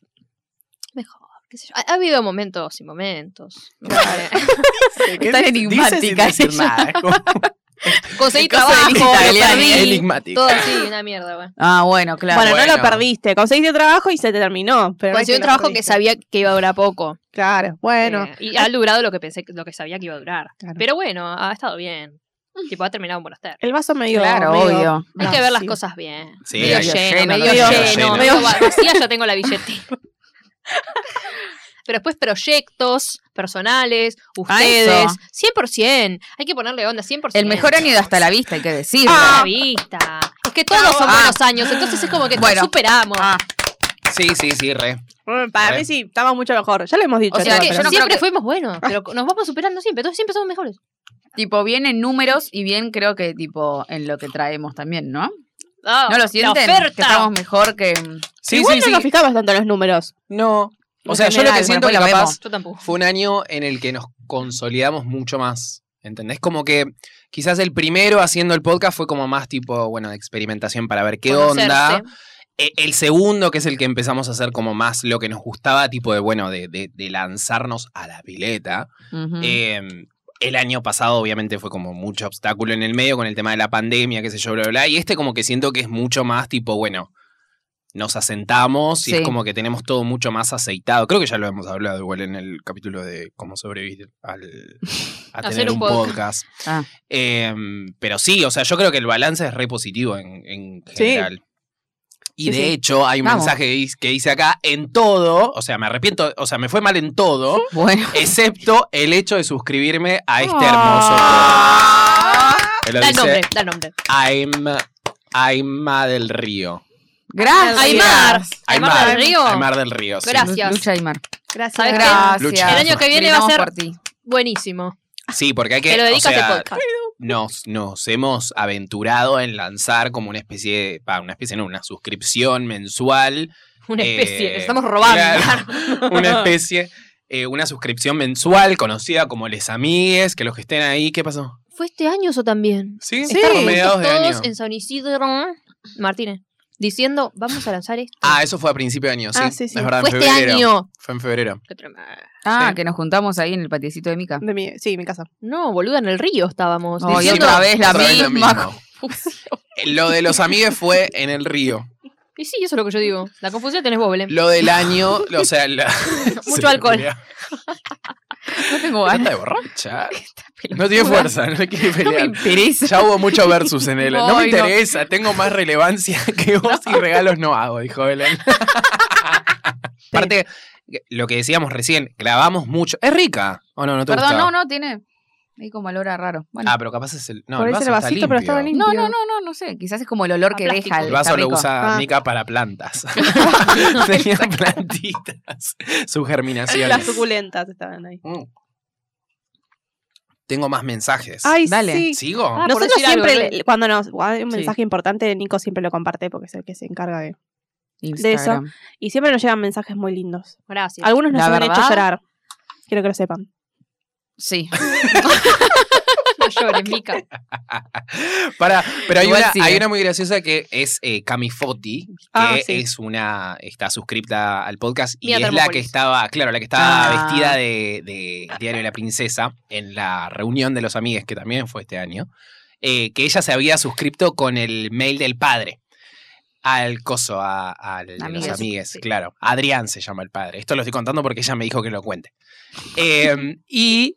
Speaker 5: mejor. qué sé yo. Ha, ha habido momentos y momentos.
Speaker 1: Están enigmáticas ellas.
Speaker 5: Conseguí
Speaker 1: Qué cosa de
Speaker 5: trabajo,
Speaker 1: Lisa
Speaker 5: lo
Speaker 1: Italiani,
Speaker 5: perdí.
Speaker 2: Enigmática.
Speaker 5: Todo así, una mierda, güey.
Speaker 1: Ah, bueno, claro.
Speaker 4: bueno,
Speaker 2: bueno.
Speaker 4: no lo perdiste. Conseguiste trabajo y se te terminó. Pero no es
Speaker 5: Conseguí
Speaker 4: que
Speaker 5: un
Speaker 4: lo
Speaker 5: trabajo que
Speaker 4: perdiste.
Speaker 5: sabía que iba a durar poco.
Speaker 4: Claro, bueno. Ah.
Speaker 5: Eh, y ha durado lo que pensé, lo que sabía que iba a durar.
Speaker 4: Claro.
Speaker 5: Pero bueno, ha estado bien. Tipo, ha terminado en buenos términos.
Speaker 4: El vaso medio.
Speaker 1: claro,
Speaker 4: medio-
Speaker 1: obvio.
Speaker 5: Hay que ver las
Speaker 4: Ah, sí.
Speaker 5: cosas bien.
Speaker 2: Sí,
Speaker 5: medio
Speaker 2: hay-
Speaker 5: lleno,
Speaker 1: lleno,
Speaker 5: medio
Speaker 1: medio
Speaker 5: lleno,
Speaker 2: lleno.
Speaker 5: medio vacía, ya tengo la billetera. Pero después proyectos personales, ustedes,
Speaker 1: eso.
Speaker 5: 100%. Hay que ponerle onda, 100%.
Speaker 1: El mejor año de hasta la vista, hay que decirlo.
Speaker 5: Ah. la vista. Es que todos son
Speaker 1: Ah.
Speaker 5: buenos años, entonces es como que
Speaker 1: Bueno.
Speaker 5: superamos.
Speaker 1: Ah,
Speaker 2: Sí, sí, sí, re.
Speaker 4: Mm, Para
Speaker 2: Re.
Speaker 4: mí sí, estaba mucho mejor. Ya lo hemos dicho.
Speaker 1: O sea
Speaker 4: todo,
Speaker 1: que
Speaker 4: pero
Speaker 1: yo no creo
Speaker 5: siempre fuimos buenos, pero nos vamos superando siempre, entonces siempre somos mejores.
Speaker 1: tipo, bien en números y bien creo que tipo en lo que traemos también, ¿no? ¿No lo sienten?
Speaker 5: La
Speaker 1: Que
Speaker 5: oferta.
Speaker 1: estamos mejor que... mm,
Speaker 2: Sí,
Speaker 4: Igual
Speaker 2: sí,
Speaker 4: no
Speaker 2: sí.
Speaker 4: nos fijamos tanto en los números.
Speaker 2: No. O
Speaker 1: En
Speaker 2: sea, yo lo que
Speaker 1: general,
Speaker 2: siento
Speaker 1: bueno,
Speaker 2: que
Speaker 1: pues la
Speaker 2: capaz
Speaker 1: vemos.
Speaker 5: Yo tampoco.
Speaker 2: fue un año en el que nos consolidamos mucho más. ¿Entendés? Como que quizás el primero haciendo el podcast fue como más tipo, bueno, de experimentación para ver qué onda.
Speaker 5: Conocerse.
Speaker 2: E- El segundo, que es el que empezamos a hacer como más lo que nos gustaba, tipo de, bueno, de, de- de lanzarnos a la pileta.
Speaker 1: Ujú.
Speaker 2: Eh, el año pasado, obviamente, fue como mucho obstáculo en el medio con el tema de la pandemia, qué sé yo, bla, bla, bla. Y este, como que siento que es mucho más tipo, bueno, nos asentamos y
Speaker 1: Sí.
Speaker 2: es como que tenemos todo mucho más aceitado. Creo que ya lo hemos hablado igual en el capítulo de cómo sobrevivir al, a
Speaker 5: Hacer
Speaker 2: tener un
Speaker 5: un
Speaker 2: podcast.
Speaker 1: Ah.
Speaker 2: Eh, pero sí, o sea, yo creo que el balance es re positivo en, en general. Y
Speaker 4: Sí,
Speaker 2: de
Speaker 4: sí.
Speaker 2: hecho, hay un
Speaker 1: Vamos.
Speaker 2: mensaje que hice- que hice acá en todo, o sea, me arrepiento, o sea, me fue mal en todo,
Speaker 1: Bueno.
Speaker 2: Excepto el hecho de suscribirme a este hermoso.
Speaker 4: Ah.
Speaker 2: programa. Me lo
Speaker 5: Da el nombre,
Speaker 2: dice
Speaker 5: da el nombre.
Speaker 2: Aim- Aima del Río.
Speaker 1: Gracias.
Speaker 5: Ah, Aymar. Aymar del
Speaker 2: Aimar-
Speaker 5: Río.
Speaker 2: Aimar del Río, sí.
Speaker 5: Gracias.
Speaker 1: Lucha Aymar.
Speaker 5: ¿Sabes qué?
Speaker 1: Gracias.
Speaker 2: Lucha.
Speaker 5: El año que viene va a
Speaker 1: Brindamos
Speaker 5: ser
Speaker 1: por ti.
Speaker 5: buenísimo.
Speaker 2: Sí, porque hay que.
Speaker 5: Que lo
Speaker 2: o
Speaker 5: dedicas
Speaker 2: sea, eh,
Speaker 5: al podcast.
Speaker 2: nos, nos hemos aventurado en lanzar como una especie de. pa, una especie, no, una suscripción mensual.
Speaker 5: Una especie.
Speaker 2: eh,
Speaker 5: estamos robando.
Speaker 2: claro, una especie eh, una suscripción mensual conocida como Les Amigues, que los que estén ahí, ¿qué pasó?
Speaker 5: ¿Fue este año eso también?
Speaker 2: Sí,
Speaker 4: Sí.
Speaker 2: a
Speaker 4: Juntos
Speaker 2: mediados de
Speaker 5: Todos
Speaker 2: año.
Speaker 5: en San Isidro Martínez, diciendo, vamos a lanzar esto.
Speaker 2: Ah, eso fue a principio de año, sí.
Speaker 4: Ah, sí, sí.
Speaker 2: Es verdad,
Speaker 5: Fue
Speaker 2: en
Speaker 5: este
Speaker 2: febrero.
Speaker 5: año.
Speaker 2: Fue en febrero.
Speaker 5: Qué tremendo.
Speaker 1: Ah,
Speaker 2: Sí.
Speaker 1: que nos juntamos ahí en el patiecito de Mica.
Speaker 4: De mi, sí, mi casa.
Speaker 5: No, boluda, en el río estábamos.
Speaker 1: Oh, y
Speaker 5: diciendo-
Speaker 1: otra vez la
Speaker 2: lo
Speaker 1: misma
Speaker 2: mismo. Eh, Lo de los amigues fue en el río.
Speaker 5: Y sí, eso es lo que yo digo. La confusión tenés vos, Belén.
Speaker 2: Lo del año, o sea, la-
Speaker 5: Mucho alcohol.
Speaker 2: Julia,
Speaker 1: No tengo
Speaker 2: ya está
Speaker 1: ganas.
Speaker 2: de borracha. No tiene fuerza, no le quiere
Speaker 1: No me
Speaker 2: pelear.
Speaker 1: interesa.
Speaker 2: Ya hubo mucho versus en el. No, me
Speaker 1: Ay, no.
Speaker 2: interesa, tengo más relevancia que vos y regalos no hago, dijo Belén. Aparte, lo que decíamos recién, grabamos mucho. Es rica. ¿O no? No te
Speaker 1: Perdón,
Speaker 2: gusta?
Speaker 1: no, no, tiene. Ahí como olor a raro. Bueno.
Speaker 2: Ah, pero capaz es el. No,
Speaker 4: Por
Speaker 2: el
Speaker 4: ahí
Speaker 2: vaso,
Speaker 4: es el
Speaker 2: está
Speaker 4: vasito, pero estaba limpio.
Speaker 1: no, no, no, no, no sé. Quizás es como el olor
Speaker 5: A
Speaker 1: que
Speaker 5: Ah, plástico.
Speaker 1: deja
Speaker 2: El
Speaker 1: el
Speaker 2: vaso lo
Speaker 1: rico.
Speaker 2: usa
Speaker 4: Ah.
Speaker 2: Mica para plantas. Tenía plantitas. Sus
Speaker 4: Las
Speaker 2: germinaciones.
Speaker 4: suculentas estaban ahí.
Speaker 2: Mm. Tengo más mensajes.
Speaker 4: Ay,
Speaker 1: Dale.
Speaker 4: sí.
Speaker 2: ¿Sigo?
Speaker 5: Ah, por
Speaker 4: Nosotros
Speaker 5: decir algo,
Speaker 4: siempre,
Speaker 5: re-
Speaker 4: le- cuando nos cuando hay un
Speaker 1: Sí.
Speaker 4: mensaje importante, Nico siempre lo comparte porque es el que se encarga de.
Speaker 1: Instagram.
Speaker 4: Y siempre nos llegan mensajes muy lindos.
Speaker 5: Gracias.
Speaker 4: Algunos nos
Speaker 1: La
Speaker 4: han
Speaker 1: verdad-
Speaker 4: hecho llorar. Quiero que lo sepan.
Speaker 1: Sí.
Speaker 5: No llores, Mica.
Speaker 2: Pará, pero hay
Speaker 1: Igual
Speaker 2: una,
Speaker 1: sigue.
Speaker 2: hay una muy graciosa que es eh, Camifoti, que
Speaker 4: Ah, sí.
Speaker 2: es una, está suscripta al podcast y
Speaker 5: Mía
Speaker 2: es la que
Speaker 5: Termópolis.
Speaker 2: estaba, claro, la que estaba
Speaker 1: Ah.
Speaker 2: vestida de, de Diario de la Princesa en la reunión de los amigues, que también fue este año, eh, que ella se había suscripto con el mail del padre. Al coso, a, al de los
Speaker 1: Amigues.
Speaker 2: amigues,
Speaker 5: Sí.
Speaker 2: claro. Adrián se llama el padre. Esto lo estoy contando porque ella me dijo que lo cuente. Eh, y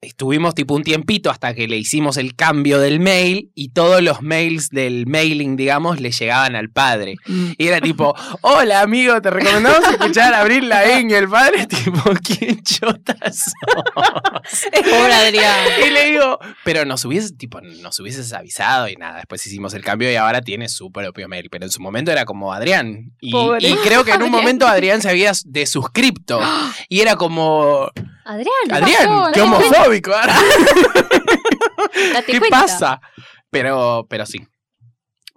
Speaker 2: estuvimos tipo un tiempito hasta que le hicimos el cambio del mail y todos los mails del mailing, digamos, le llegaban al padre.
Speaker 1: Mm.
Speaker 2: Y era tipo, hola amigo, te recomendamos escuchar abrir la ñ. El padre tipo, ¿quién chotas?
Speaker 5: Pobre Adrián.
Speaker 2: Y le digo, pero nos hubieses, tipo, nos hubieses avisado y nada, después hicimos el cambio y ahora tiene su propio mail. Pero en su momento era como Adrián. Y,
Speaker 4: Pobre.
Speaker 2: y creo que en un momento Adrián se había desuscripto. Y era como,
Speaker 5: Adrián, ¿qué
Speaker 2: Adrián,
Speaker 5: pasó?
Speaker 2: qué
Speaker 5: Date cuenta,
Speaker 2: homofóbico.
Speaker 5: date
Speaker 2: ¿Qué
Speaker 5: cuenta.
Speaker 2: pasa? Pero, pero sí.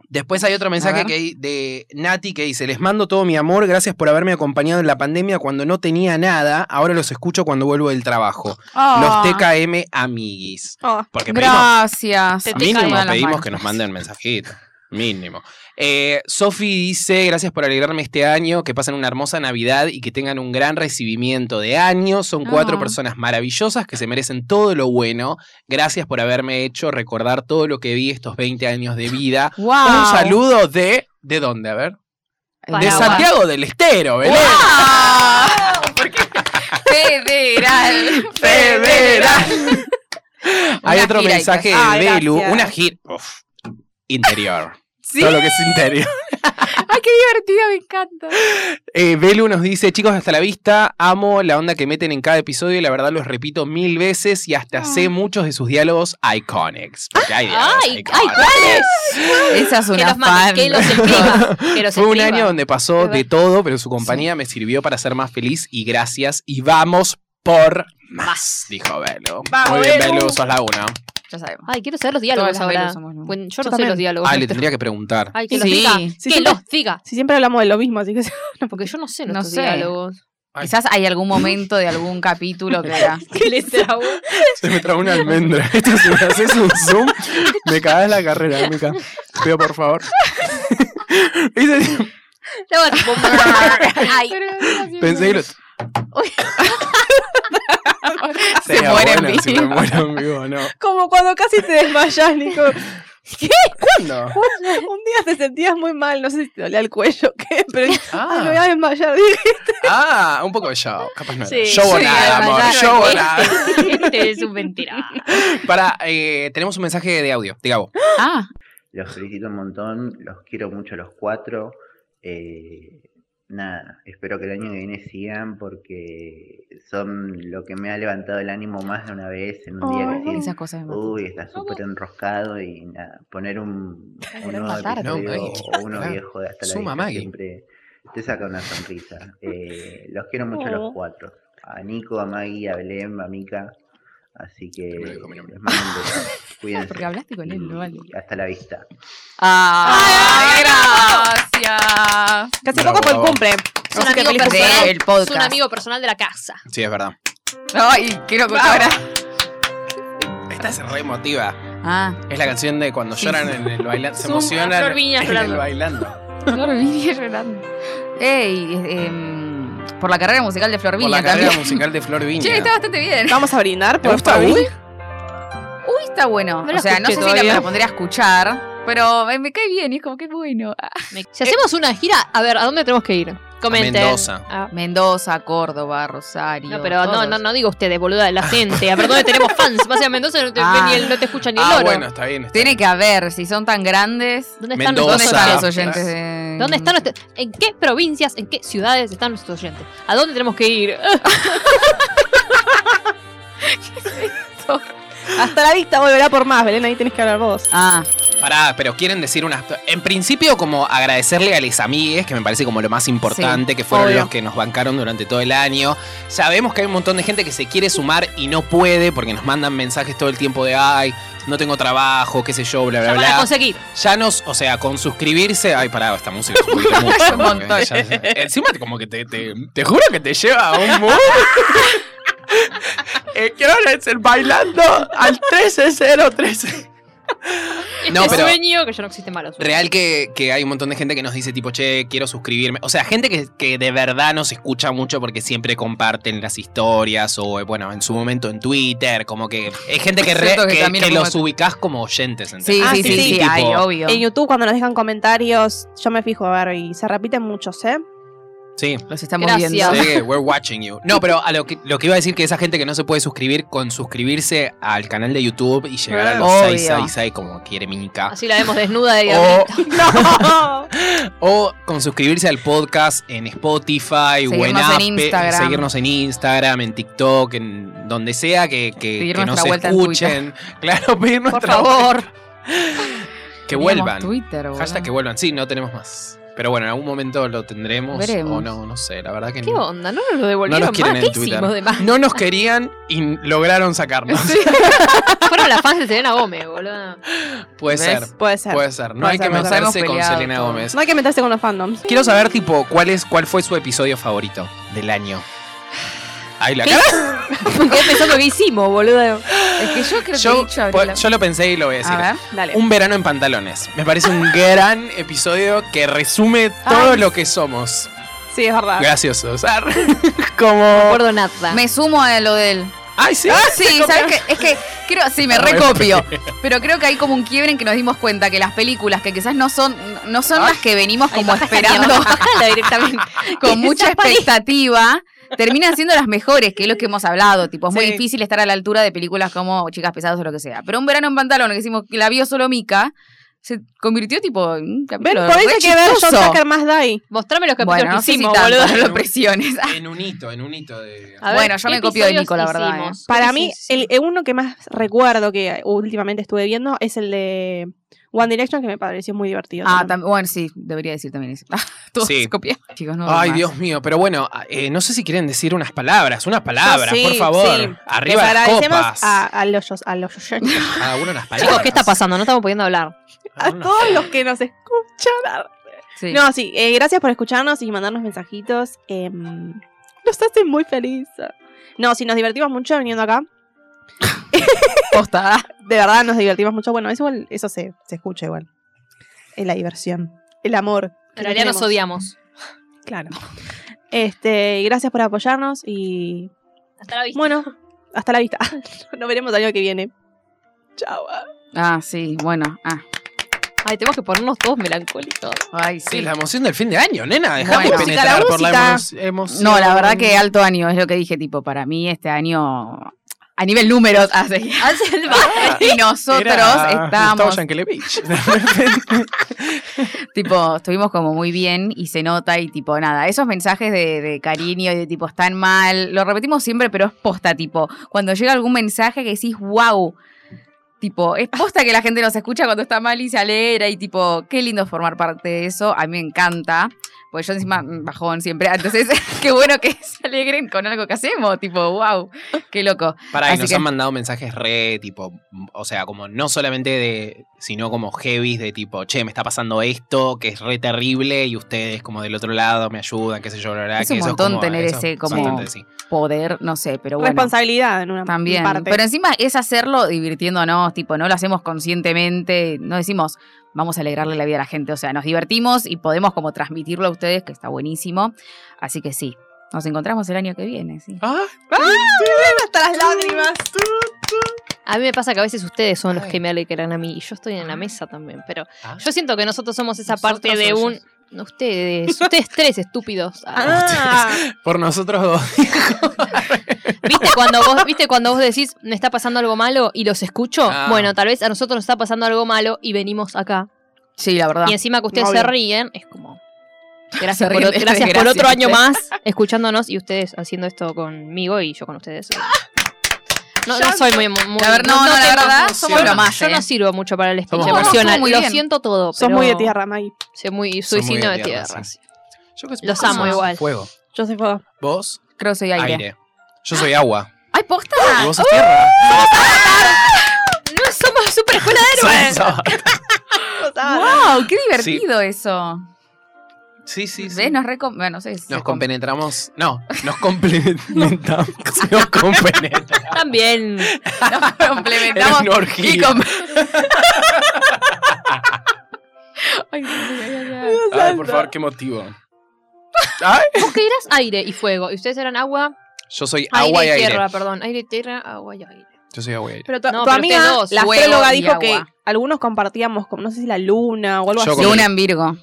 Speaker 2: Después hay otro mensaje
Speaker 1: ver.
Speaker 2: que hay de Nati que dice, les mando todo mi amor, gracias por haberme acompañado en la pandemia cuando no tenía nada, ahora los escucho cuando vuelvo del trabajo. Los TKM amiguis.
Speaker 4: Ah.
Speaker 2: Porque pedimos,
Speaker 1: Ah. Gracias.
Speaker 5: Te
Speaker 1: Me
Speaker 2: mínimo
Speaker 1: caen las
Speaker 2: pedimos
Speaker 1: manos.
Speaker 2: que nos manden mensajito. Mínimo. Eh, Sofi dice, gracias por alegrarme este año, que pasen una hermosa Navidad y que tengan un gran recibimiento de año. Son cuatro
Speaker 5: Ah.
Speaker 2: personas maravillosas que se merecen todo lo bueno. Gracias por haberme hecho recordar todo lo que vi estos 20 años de vida.
Speaker 1: Wow.
Speaker 2: Un saludo de... ¿De dónde? A ver. De
Speaker 5: Paraguay.
Speaker 2: Santiago del Estero, Belén.
Speaker 1: Federal.
Speaker 2: Federal. Hay
Speaker 1: Una
Speaker 2: otro
Speaker 1: gira,
Speaker 2: mensaje de
Speaker 4: Ah,
Speaker 2: Belu.
Speaker 4: gracias.
Speaker 2: Una gira. Uf. Interior.
Speaker 1: Sí.
Speaker 2: Todo lo que es interior.
Speaker 1: Ay, qué divertido, me encanta.
Speaker 2: Eh, Belu nos dice, chicos, hasta la vista, amo la onda que meten en cada episodio y la verdad los repito mil veces y hasta sé muchos de sus diálogos iconics. Porque hay diálogos
Speaker 5: Ah. Ay, ay,
Speaker 2: iconics.
Speaker 5: ¿cuáles?
Speaker 1: Esa es
Speaker 5: Que
Speaker 1: una
Speaker 5: los
Speaker 1: fan.
Speaker 5: mande, que los escriba. Que los
Speaker 2: Fue un
Speaker 5: escriba.
Speaker 2: año donde pasó
Speaker 5: ¿verdad?
Speaker 2: de todo, pero su compañía me sirvió para ser más feliz y gracias y vamos por más, dijo Belu.
Speaker 4: Vamos,
Speaker 2: Muy bien,
Speaker 4: Belu.
Speaker 2: Belu, sos la una.
Speaker 1: Ya sabemos.
Speaker 5: Ay, quiero saber los
Speaker 1: Todas
Speaker 5: diálogos
Speaker 1: las
Speaker 5: ahora.
Speaker 1: velas somos luna.
Speaker 5: Bueno, yo no sé
Speaker 4: también.
Speaker 5: los diálogos.
Speaker 2: Ah, le tendría que preguntar.
Speaker 5: Ay, que los
Speaker 1: Sí.
Speaker 5: diga.
Speaker 4: Sí,
Speaker 5: que
Speaker 4: sí,
Speaker 5: los diga.
Speaker 4: Si siempre hablamos de lo mismo, así que.
Speaker 5: No, porque yo no sé
Speaker 1: No
Speaker 5: los
Speaker 1: sé.
Speaker 5: diálogos.
Speaker 2: Ay.
Speaker 1: Quizás hay algún momento de algún capítulo que era.
Speaker 5: Que les trabo.
Speaker 2: Se me trabó una almendra. Esto si me haces un zoom, me cagás la carrera, Mica. Pido por favor. Ese-
Speaker 5: Estaba tipo, Ay,
Speaker 2: Pensé que lo...
Speaker 1: Se muere en
Speaker 2: vivo.
Speaker 1: vivo.
Speaker 2: no.
Speaker 4: Como cuando casi te desmayas, Nico.
Speaker 2: ¿Cuándo?
Speaker 4: Un día te sentías muy mal, no sé si te dolía el cuello, ¿qué? Pero ay, me voy
Speaker 2: Ah,
Speaker 4: a desmayar. dije.
Speaker 2: ah, un poco de show. Capaz no. era.
Speaker 5: Sí.
Speaker 2: Show o
Speaker 1: Sí,
Speaker 2: nada,
Speaker 1: era
Speaker 2: amor.
Speaker 1: verdad.
Speaker 2: Show o nada.
Speaker 5: este es un mentira.
Speaker 2: Para, eh, tenemos un mensaje de audio. Digamos.
Speaker 1: Ah,
Speaker 6: Los felicito un montón, los quiero mucho a los cuatro. eh, nada, espero que el año que viene sigan porque son lo que me ha levantado el ánimo más de una vez en un día
Speaker 4: Ay,
Speaker 6: que decís,
Speaker 1: esas cosas me matan.
Speaker 6: uy, está súper enroscado y nada, poner un, un nuevo
Speaker 1: matar,
Speaker 6: episodio
Speaker 2: No, Maggie,
Speaker 6: o uno
Speaker 2: claro.
Speaker 6: viejo de hasta la
Speaker 2: Suma,
Speaker 6: vista
Speaker 2: Maggie.
Speaker 6: siempre te saca una sonrisa. Eh, los quiero mucho a
Speaker 4: Oh.
Speaker 6: los cuatro, a Nico, a Maggie, a Belén, a Mica, así que
Speaker 2: me lo dijo mi nombre.
Speaker 6: les mando un beso. Cuídense.
Speaker 1: Porque hablaste con él, no vale.
Speaker 6: Y Hasta la vista.
Speaker 1: Ah, Ay, gracias.
Speaker 4: Que hace
Speaker 2: Bravo.
Speaker 4: poco fue el cumple.
Speaker 5: Es un
Speaker 4: Así que
Speaker 5: amigo
Speaker 4: feliz
Speaker 5: personal.
Speaker 1: del podcast.
Speaker 5: Es un amigo personal de la casa.
Speaker 2: Sí, es verdad.
Speaker 1: Ay, quiero contar ahora.
Speaker 2: Esta es re emotiva.
Speaker 1: Ah,
Speaker 2: Es la canción de cuando
Speaker 1: Sí.
Speaker 2: lloran en el bailando. Se
Speaker 5: Es un-
Speaker 2: emocionan
Speaker 5: Flor Viñas
Speaker 2: en
Speaker 5: llorando.
Speaker 2: el bailando.
Speaker 1: Florvinia llorando. Ey, eh, em, por la carrera musical de
Speaker 2: Por
Speaker 1: Florvinia
Speaker 2: la carrera
Speaker 1: también.
Speaker 2: musical de Flor Viña.
Speaker 1: Che, está bastante bien.
Speaker 4: Vamos a brindar
Speaker 2: ¿Te
Speaker 4: por
Speaker 2: gusta
Speaker 4: Fabi.
Speaker 2: Uy?
Speaker 1: Uy, está bueno.
Speaker 5: No
Speaker 1: o
Speaker 5: la
Speaker 1: sea, no sé
Speaker 5: escuché
Speaker 1: si la,
Speaker 5: todavía.
Speaker 1: la pondría a escuchar, pero me, me cae bien y es como que bueno. Ah,
Speaker 5: Si hacemos una gira, a ver, ¿a dónde tenemos que ir? Comenten.
Speaker 2: Mendoza.
Speaker 5: Ah,
Speaker 1: Mendoza, Córdoba, Rosario.
Speaker 5: No, pero no,
Speaker 1: todos.
Speaker 5: no, no digo ustedes, boluda, la gente. A ver, ¿dónde tenemos fans? Vas a Mendoza no te,
Speaker 1: Ah.
Speaker 5: ni el- no te escucha ni el
Speaker 2: Ah,
Speaker 5: loro.
Speaker 2: bueno, está bien. está
Speaker 1: Tiene que haber, si son tan grandes.
Speaker 5: ¿Dónde están
Speaker 2: Mendoza.
Speaker 1: ¿Dónde
Speaker 5: nuestros
Speaker 1: están los
Speaker 5: oyentes?
Speaker 1: oyentes? de-
Speaker 5: ¿Dónde están nuestros- ¿En qué provincias, en qué ciudades están nuestros oyentes? ¿A dónde tenemos que ir?
Speaker 4: Hasta la vista volverá por más, Belén, ahí tenés que hablar vos.
Speaker 1: Ah,
Speaker 2: Pará, pero quieren decir unas. En principio, como agradecerle a les amigues, que me parece como lo más importante, que fueron
Speaker 4: obvio.
Speaker 2: los que nos bancaron durante todo el año. Sabemos que hay un montón de gente que se quiere sumar y no puede porque nos mandan mensajes todo el tiempo de ay, no tengo trabajo, qué sé yo, bla, bla,
Speaker 5: Ya van a
Speaker 2: bla.
Speaker 5: conseguir.
Speaker 2: Ya nos, o sea, con suscribirse. Ay, pará, esta música es un
Speaker 1: Un montón.
Speaker 2: Encima, como que te, te, te juro que te lleva a un mood. Eh, quiero el bailando al 1303.
Speaker 5: Este
Speaker 2: No, pero-
Speaker 5: sueño que ya no existe malo.
Speaker 2: Real que, que hay un montón de gente que nos dice tipo, che, quiero suscribirme. O sea, gente que, que de verdad nos escucha mucho porque siempre comparten las historias o, eh, bueno, en su momento en Twitter, como que es gente que, re-
Speaker 1: Siento que
Speaker 2: que,
Speaker 1: también
Speaker 2: que
Speaker 1: como-
Speaker 2: los ubicás como oyentes. ¿entendés?
Speaker 1: sí,
Speaker 4: Ah,
Speaker 1: sí, sí,
Speaker 4: sí,
Speaker 1: sí,
Speaker 4: sí,
Speaker 1: ay,
Speaker 2: tipo-
Speaker 1: obvio.
Speaker 4: En YouTube cuando nos dejan comentarios, yo me fijo, a ver, y se repiten muchos, ¿eh?
Speaker 2: Sí.
Speaker 1: Los estamos
Speaker 5: Gracias.
Speaker 1: viendo.
Speaker 2: Sí, we're watching you. No, pero a lo que, lo que iba a decir que esa gente que no se puede suscribir con suscribirse al canal de YouTube y llegar a los
Speaker 1: Obvio.
Speaker 2: 666 como quiere Mica.
Speaker 5: Así la vemos desnuda de
Speaker 2: O,
Speaker 5: diablito.
Speaker 2: o con suscribirse al podcast en Spotify o en,
Speaker 1: Seguirnos en
Speaker 2: Apple,
Speaker 1: Instagram.
Speaker 2: seguirnos en Instagram, en TikTok, en donde sea que, que-
Speaker 1: Pedir
Speaker 2: que nos
Speaker 1: nuestra vuelta en
Speaker 2: escuchen. Claro, pedir
Speaker 5: Por
Speaker 2: nuestra
Speaker 5: favor.
Speaker 2: Que
Speaker 1: Teníamos
Speaker 2: vuelvan.
Speaker 1: Twitter, boludo.
Speaker 2: Hashtag que vuelvan. Sí, no tenemos más. Pero bueno, en algún momento lo tendremos.
Speaker 1: Veremos.
Speaker 2: O no, no sé. La verdad que
Speaker 5: ¿Qué
Speaker 2: no.
Speaker 5: onda? No nos lo devolvieron
Speaker 2: nos quieren
Speaker 5: más.
Speaker 2: en
Speaker 5: ¿Qué hicimos
Speaker 2: Twitter.
Speaker 5: de más?
Speaker 2: No nos querían y lograron sacarnos.
Speaker 5: Fueron las fans de Selena Gómez, boludo.
Speaker 2: Puede
Speaker 1: ¿Ves?
Speaker 2: ser,
Speaker 4: Puede ser.
Speaker 2: puede ser. No
Speaker 4: Puede
Speaker 2: hay que
Speaker 4: ser, nos
Speaker 1: hemos
Speaker 2: meterse con
Speaker 1: peleado
Speaker 2: Selena
Speaker 1: todo.
Speaker 2: Gómez.
Speaker 4: No hay que meterse con los fandoms.
Speaker 2: Quiero saber, tipo, cuál, es, cuál fue su episodio favorito del año. Ahí la cara.
Speaker 5: Me quedé pensando qué hicimos, boludo.
Speaker 1: Es que yo creo que
Speaker 2: Yo,
Speaker 1: he dicho,
Speaker 2: po-
Speaker 1: Gabriela.
Speaker 2: yo lo pensé y lo voy a decir.
Speaker 1: A ver.
Speaker 4: Dale.
Speaker 2: Un verano en pantalones. Me parece un gran episodio que resume todo lo que somos.
Speaker 4: Sí, es verdad.
Speaker 2: Graciosos. Ar-
Speaker 5: No
Speaker 2: Como.
Speaker 5: acuerdo nada.
Speaker 1: Me Ah. sumo a lo del.
Speaker 2: ¡Ay, sí!
Speaker 1: Sí, ¿sabes qué? Es que creo, sí, me recopio. Pero creo que hay como un quiebre en que nos dimos cuenta que las películas que quizás no son, no son las que venimos como esperando
Speaker 5: Bájala directamente.
Speaker 1: con mucha
Speaker 5: Esa pali-
Speaker 1: expectativa, terminan siendo las mejores, que es lo que hemos hablado. Tipo, es muy
Speaker 4: Sí.
Speaker 1: difícil estar a la altura de películas como Chicas Pesadas o lo que sea. Pero un verano en pantalón que hicimos que la vio solo Mica, se convirtió tipo en un
Speaker 4: Ven,
Speaker 1: capítulo
Speaker 4: por eso
Speaker 1: re
Speaker 4: hay que ver John
Speaker 1: chistoso.
Speaker 4: Tucker más Dai.
Speaker 5: Mostrame los capítulos
Speaker 1: Bueno, no
Speaker 5: que
Speaker 1: sé si
Speaker 5: hicimos,
Speaker 1: tanto,
Speaker 5: boludo.
Speaker 1: no lo presiones.
Speaker 2: En un hito, en un hito de.
Speaker 5: A ver,
Speaker 1: Bueno, yo
Speaker 5: ¿qué
Speaker 1: me copio de
Speaker 5: episodios
Speaker 1: Nico, la verdad, eh.
Speaker 5: hicimos?
Speaker 4: Para
Speaker 5: Sí,
Speaker 4: mí,
Speaker 5: sí, sí.
Speaker 4: el, el uno que más recuerdo que últimamente estuve viendo es el de One Direction, que me pareció muy divertido.
Speaker 1: Ah,
Speaker 4: también.
Speaker 1: tam- bueno, sí, debería decir también eso. Todos
Speaker 2: Sí.
Speaker 1: copiados. Chicos, no.
Speaker 2: Ay,
Speaker 1: más.
Speaker 2: Dios mío, pero bueno, eh, no sé si quieren decir unas palabras, unas palabras,
Speaker 4: sí,
Speaker 2: por favor.
Speaker 4: sí. Les
Speaker 2: Arriba las
Speaker 4: agradecemos
Speaker 2: copas.
Speaker 4: a, a los, a los a
Speaker 2: Cada uno las palabras.
Speaker 5: Chicos, ¿qué está pasando? No estamos pudiendo hablar.
Speaker 2: Cada uno-
Speaker 4: todos los que nos escuchan.
Speaker 1: Sí.
Speaker 4: No, sí, eh, gracias por escucharnos y mandarnos mensajitos. em, nos hacen muy felices. No, sí, nos divertimos mucho viniendo acá.
Speaker 1: Posta. ah.
Speaker 4: De verdad nos divertimos mucho. Bueno, eso, igual- eso se, se escucha igual. Es la diversión, el amor. que
Speaker 5: En realidad
Speaker 4: tenemos.
Speaker 5: nos odiamos.
Speaker 4: Claro. Este, gracias por apoyarnos y
Speaker 5: Hasta la vista.
Speaker 4: bueno, hasta la vista. nos veremos el año que viene. Chao.
Speaker 1: Ah, sí, bueno. Ah,
Speaker 5: Ay, tenemos que ponernos todos melancólicos.
Speaker 1: ay, sí.
Speaker 2: Sí, la emoción del fin de año, nena. Dejate
Speaker 1: Bueno.
Speaker 2: penetrar
Speaker 4: Música, la
Speaker 2: por la
Speaker 4: música.
Speaker 2: emo- emoción.
Speaker 1: No, la verdad que alto año, es lo que dije, tipo, para mí este año, a nivel números, hace, y nosotros
Speaker 2: Era Gustavo
Speaker 1: estábamos,
Speaker 2: Yankelevich.
Speaker 1: tipo, estuvimos como muy bien y se nota y tipo, nada, esos mensajes de, de cariño y de tipo, están mal, lo repetimos siempre, pero es posta, tipo, cuando llega algún mensaje que decís, wow, tipo, es posta que la gente nos escucha cuando está mal y se alegra y tipo, qué lindo formar parte de eso, a mí me encanta. Pues yo encima mm, bajón siempre. Entonces, qué bueno que se alegren con algo que hacemos. Tipo, wow, qué loco.
Speaker 2: Para que
Speaker 1: Así
Speaker 2: nos
Speaker 1: que-
Speaker 2: han mandado mensajes re, tipo, mm, o sea, como no solamente de, sino como heavies de tipo, che, me está pasando esto, que es re terrible, y ustedes como del otro lado me ayudan, qué sé yo, bla, bla,
Speaker 1: Es
Speaker 2: que
Speaker 1: un
Speaker 2: eso
Speaker 1: montón
Speaker 2: como-
Speaker 1: tener
Speaker 2: eso
Speaker 1: ese
Speaker 2: es
Speaker 1: como-
Speaker 2: bastante, sí.
Speaker 1: Poder, no sé, pero bueno.
Speaker 4: Responsabilidad en una
Speaker 1: También.
Speaker 4: parte.
Speaker 1: Pero encima es hacerlo divirtiéndonos, tipo, no lo hacemos conscientemente, no decimos, vamos a alegrarle la vida a la gente, o sea, nos divertimos y podemos como transmitirlo a ustedes, que está buenísimo. Así que sí, nos encontramos el año que viene, sí.
Speaker 2: Ah,
Speaker 4: hasta las lágrimas.
Speaker 5: A mí me pasa que a veces ustedes son los
Speaker 2: Ay.
Speaker 5: que me alegran a mí y yo estoy en la mesa también, pero
Speaker 2: Ah.
Speaker 5: yo siento que nosotros somos esa
Speaker 2: ¿Nosotros
Speaker 5: parte de
Speaker 2: o
Speaker 5: un...
Speaker 2: ellos?
Speaker 5: no, Ustedes, ustedes tres estúpidos. Ah,
Speaker 4: Ah,
Speaker 2: por nosotros dos.
Speaker 5: ¿Viste cuando vos viste cuando vos decís me está pasando algo malo y los escucho?
Speaker 2: Ah.
Speaker 5: Bueno, tal vez a nosotros nos está pasando algo malo y venimos acá.
Speaker 1: Sí, la verdad.
Speaker 5: Y encima que ustedes
Speaker 4: Obvio.
Speaker 5: se ríen, es como
Speaker 1: Ah, Se
Speaker 5: gracias, por,
Speaker 1: ríen
Speaker 5: o-
Speaker 1: de
Speaker 5: gracias por
Speaker 1: desgracia,
Speaker 5: otro año
Speaker 1: ¿viste?
Speaker 5: más escuchándonos y ustedes haciendo esto conmigo y yo con ustedes. No, no
Speaker 4: Ya
Speaker 5: soy muy, muy
Speaker 1: La ver- no, no, la
Speaker 5: tengo-
Speaker 1: verdad,
Speaker 2: no
Speaker 1: somos
Speaker 2: sé.
Speaker 1: lo más.
Speaker 5: yo
Speaker 1: ¿eh?
Speaker 5: no sirvo mucho para el speech
Speaker 2: Somos muy-
Speaker 5: emocional.
Speaker 1: somos muy
Speaker 5: lo
Speaker 1: bien.
Speaker 5: siento todo,
Speaker 4: sos
Speaker 5: pero
Speaker 4: muy de tierra, Maggie.
Speaker 5: Soy muy soy
Speaker 2: muy
Speaker 5: signo
Speaker 2: de
Speaker 5: de
Speaker 2: tierra,
Speaker 5: tierra.
Speaker 2: sí. Yo que soy-
Speaker 5: Los
Speaker 2: ¿cómo
Speaker 5: amo
Speaker 2: sos?
Speaker 5: igual.
Speaker 2: Fuego.
Speaker 4: Yo soy fuego.
Speaker 2: Vos,
Speaker 1: Creo que soy aire. Ah.
Speaker 2: aire. Yo soy agua.
Speaker 1: ¡Ay, posta!
Speaker 2: Y vos sos tierra.
Speaker 1: Uh,
Speaker 5: No somos super escuela de héroes.
Speaker 2: Sos-
Speaker 5: Ah,
Speaker 1: ¡Wow! ¡Qué divertido eso!
Speaker 2: Sí, sí, sí.
Speaker 1: ¿Ves? Nos recom... Bueno, no sé. si
Speaker 2: Nos
Speaker 1: se com-
Speaker 2: compenetramos. No, nos complementamos. nos compenetramos.
Speaker 5: También.
Speaker 1: nos
Speaker 2: Era
Speaker 1: complementamos.
Speaker 2: una orgía.
Speaker 1: y com- Ay, ay, ay, ay.
Speaker 2: Ay, por favor, qué motivo. Ay.
Speaker 5: Vos que eras aire y fuego. Y ustedes eran agua,
Speaker 2: Yo soy
Speaker 5: aire
Speaker 2: agua
Speaker 5: y
Speaker 2: y aire.
Speaker 5: tierra, perdón. Aire y tierra, agua y aire.
Speaker 2: Yo soy agua y aire.
Speaker 4: Pero tu,
Speaker 5: No,
Speaker 4: tu
Speaker 5: pero
Speaker 4: amiga,
Speaker 5: ustedes dos,
Speaker 4: la
Speaker 1: fuego
Speaker 4: astróloga,
Speaker 1: y
Speaker 4: dijo que
Speaker 1: agua.
Speaker 4: algunos compartíamos, como, no sé si la luna o algo
Speaker 2: Yo
Speaker 4: así.
Speaker 2: con-
Speaker 1: Luna en Virgo,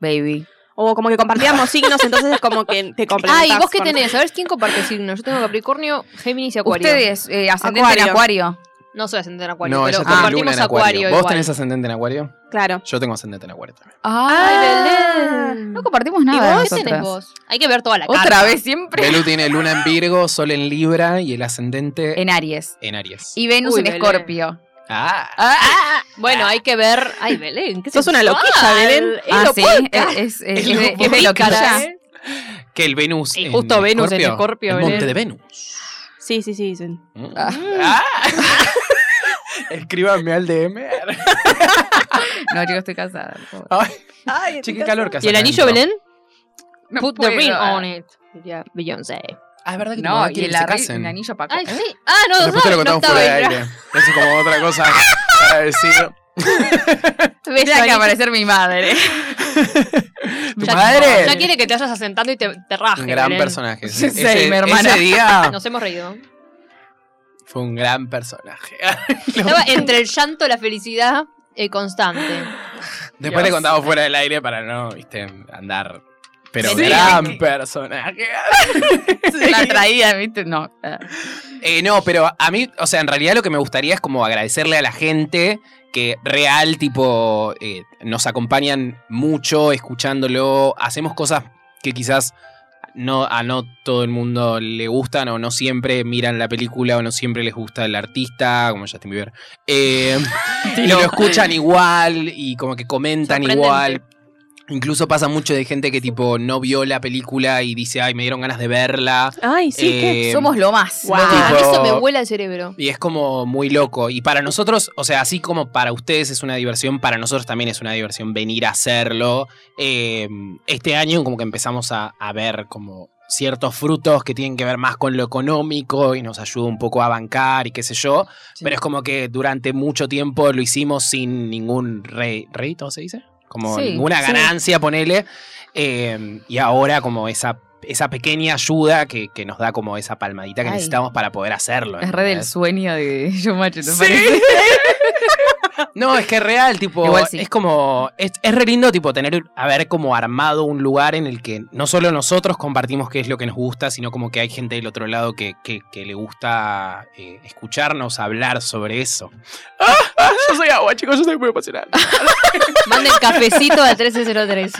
Speaker 1: baby.
Speaker 4: O como que compartíamos signos, entonces es como que te complementás.
Speaker 5: Ay, Ah, ¿vos qué
Speaker 4: con-
Speaker 5: tenés? A ver quién comparte signo. Yo tengo Capricornio, Géminis y Acuario.
Speaker 1: Ustedes, eh, ascendente en Acuario.
Speaker 5: No soy ascendente en Acuario,
Speaker 2: no,
Speaker 5: pero
Speaker 2: ella tiene
Speaker 5: compartimos
Speaker 2: luna en
Speaker 5: Acuario.
Speaker 2: acuario. ¿Vos
Speaker 5: igual.
Speaker 2: tenés ascendente en acuario?
Speaker 4: Claro.
Speaker 2: Yo tengo ascendente en acuario también.
Speaker 5: Ay, Belén.
Speaker 1: No compartimos
Speaker 5: Mm. ¿Y
Speaker 1: nada.
Speaker 5: vos? ¿Qué
Speaker 1: nosotras.
Speaker 5: tenés vos? Hay que ver toda la carta.
Speaker 1: Otra vez siempre.
Speaker 2: Belu tiene luna en Virgo, sol en Libra y el ascendente en,
Speaker 5: Eh.
Speaker 1: En Aries.
Speaker 2: Aries.
Speaker 1: Y Venus
Speaker 5: Uy,
Speaker 1: en
Speaker 5: Belén.
Speaker 1: Escorpio.
Speaker 2: Ah,
Speaker 1: Ah,
Speaker 5: Bueno, hay que ver. Ay, Belén, ¿qué
Speaker 4: Sos una
Speaker 5: sensual.
Speaker 4: loquilla, Belén.
Speaker 5: Es lo
Speaker 1: Ah, sí.
Speaker 5: poca.
Speaker 1: Es, es-
Speaker 2: Es
Speaker 1: es
Speaker 2: lo
Speaker 1: de,
Speaker 2: poca.
Speaker 1: es de lo que
Speaker 5: Pícara,
Speaker 1: ya-
Speaker 5: ¿eh?
Speaker 2: que el Venus.
Speaker 5: Y justo Venus en Escorpio,
Speaker 2: El monte
Speaker 5: Belén.
Speaker 2: de Venus.
Speaker 4: Sí, sí, sí, dicen.
Speaker 2: Mm. Ah. Escríbanme al DM.
Speaker 1: No, yo estoy casada. pobre.
Speaker 2: Ay,
Speaker 4: Ay,
Speaker 2: che, qué calor que hace
Speaker 5: ¿Y el
Speaker 2: acá
Speaker 5: anillo,
Speaker 2: adentro.
Speaker 5: Belén?
Speaker 1: No
Speaker 5: Put the
Speaker 1: puedo.
Speaker 5: ring on it. Ya, Beyoncé.
Speaker 2: Ah, es verdad que tu
Speaker 1: No,
Speaker 2: mamá
Speaker 1: y
Speaker 2: quiere
Speaker 1: el,
Speaker 2: que se
Speaker 1: arri-
Speaker 2: casen.
Speaker 1: el anillo para
Speaker 5: Ay, sí. Ah, no,
Speaker 2: Después te lo
Speaker 5: no, no
Speaker 2: contamos
Speaker 5: estaba
Speaker 2: fuera de
Speaker 5: ahí.
Speaker 2: aire. Eso es como otra cosa para decir.
Speaker 5: Beso,
Speaker 1: Tendría que
Speaker 5: anillo.
Speaker 1: aparecer mi madre.
Speaker 2: ¡Tu
Speaker 5: Ya-
Speaker 2: madre!
Speaker 5: Ya quiere que te vayas asentando y te, te raje.
Speaker 2: Un gran
Speaker 5: Belén.
Speaker 2: personaje.
Speaker 1: Sí,
Speaker 2: Ese,
Speaker 1: sí, mi hermana.
Speaker 2: ese día
Speaker 5: Nos hemos reído.
Speaker 2: fue un gran personaje.
Speaker 5: Estaba entre el llanto y la felicidad eh, constante.
Speaker 2: Después le contamos fuera del aire para no, viste, andar. Pero
Speaker 1: Sí.
Speaker 2: gran personaje.
Speaker 1: La traía, ¿viste? No. eh.
Speaker 2: Eh, no, pero a mí, o sea, en realidad lo que me gustaría es como agradecerle a la gente que real, tipo, eh, nos acompañan mucho escuchándolo, hacemos cosas que quizás no, a no todo el mundo le gustan o no siempre miran la película o no siempre les gusta el artista, como Justin Bieber. Eh, y lo escuchan igual y como que comentan
Speaker 5: Sorprendente.
Speaker 2: igual. Incluso pasa mucho de gente que tipo no vio la película y dice, ay, me dieron ganas de verla.
Speaker 4: Ay, sí, ¿qué?
Speaker 2: Eh,
Speaker 1: Somos lo más.
Speaker 4: Wow.
Speaker 1: lo más.
Speaker 2: Tipo-
Speaker 5: Ah, Eso me vuela el cerebro.
Speaker 2: y es como muy loco. Y para nosotros, o sea, así como para ustedes es una diversión, para nosotros también es una diversión venir a hacerlo. Eh, este año como que empezamos a, a ver como ciertos frutos que tienen que ver más con lo económico y nos ayuda un poco a bancar y qué sé yo. Pero es como que durante mucho tiempo lo hicimos sin ningún re- reto, ¿se dice? Como
Speaker 1: Sí,
Speaker 2: ninguna
Speaker 1: sí.
Speaker 2: ganancia, ponele. Eh, y ahora como esa... Esa pequeña ayuda que, que nos da como esa palmadita que
Speaker 1: Ay.
Speaker 2: necesitamos para poder hacerlo.
Speaker 1: Es re del
Speaker 2: ¿entendés?
Speaker 1: sueño de yo macho, ¿te
Speaker 2: Sí.
Speaker 1: parece?
Speaker 2: No, es que es real, tipo,
Speaker 1: Igual sí.
Speaker 2: es como, es, es re lindo, tipo, tener, haber como armado un lugar en el que no solo nosotros compartimos qué es lo que nos gusta, sino como que hay gente del otro lado que, que- que le gusta eh, escucharnos hablar sobre eso. Ah, yo soy agua, chicos, yo soy muy emocional.
Speaker 5: Manden cafecito al 1303.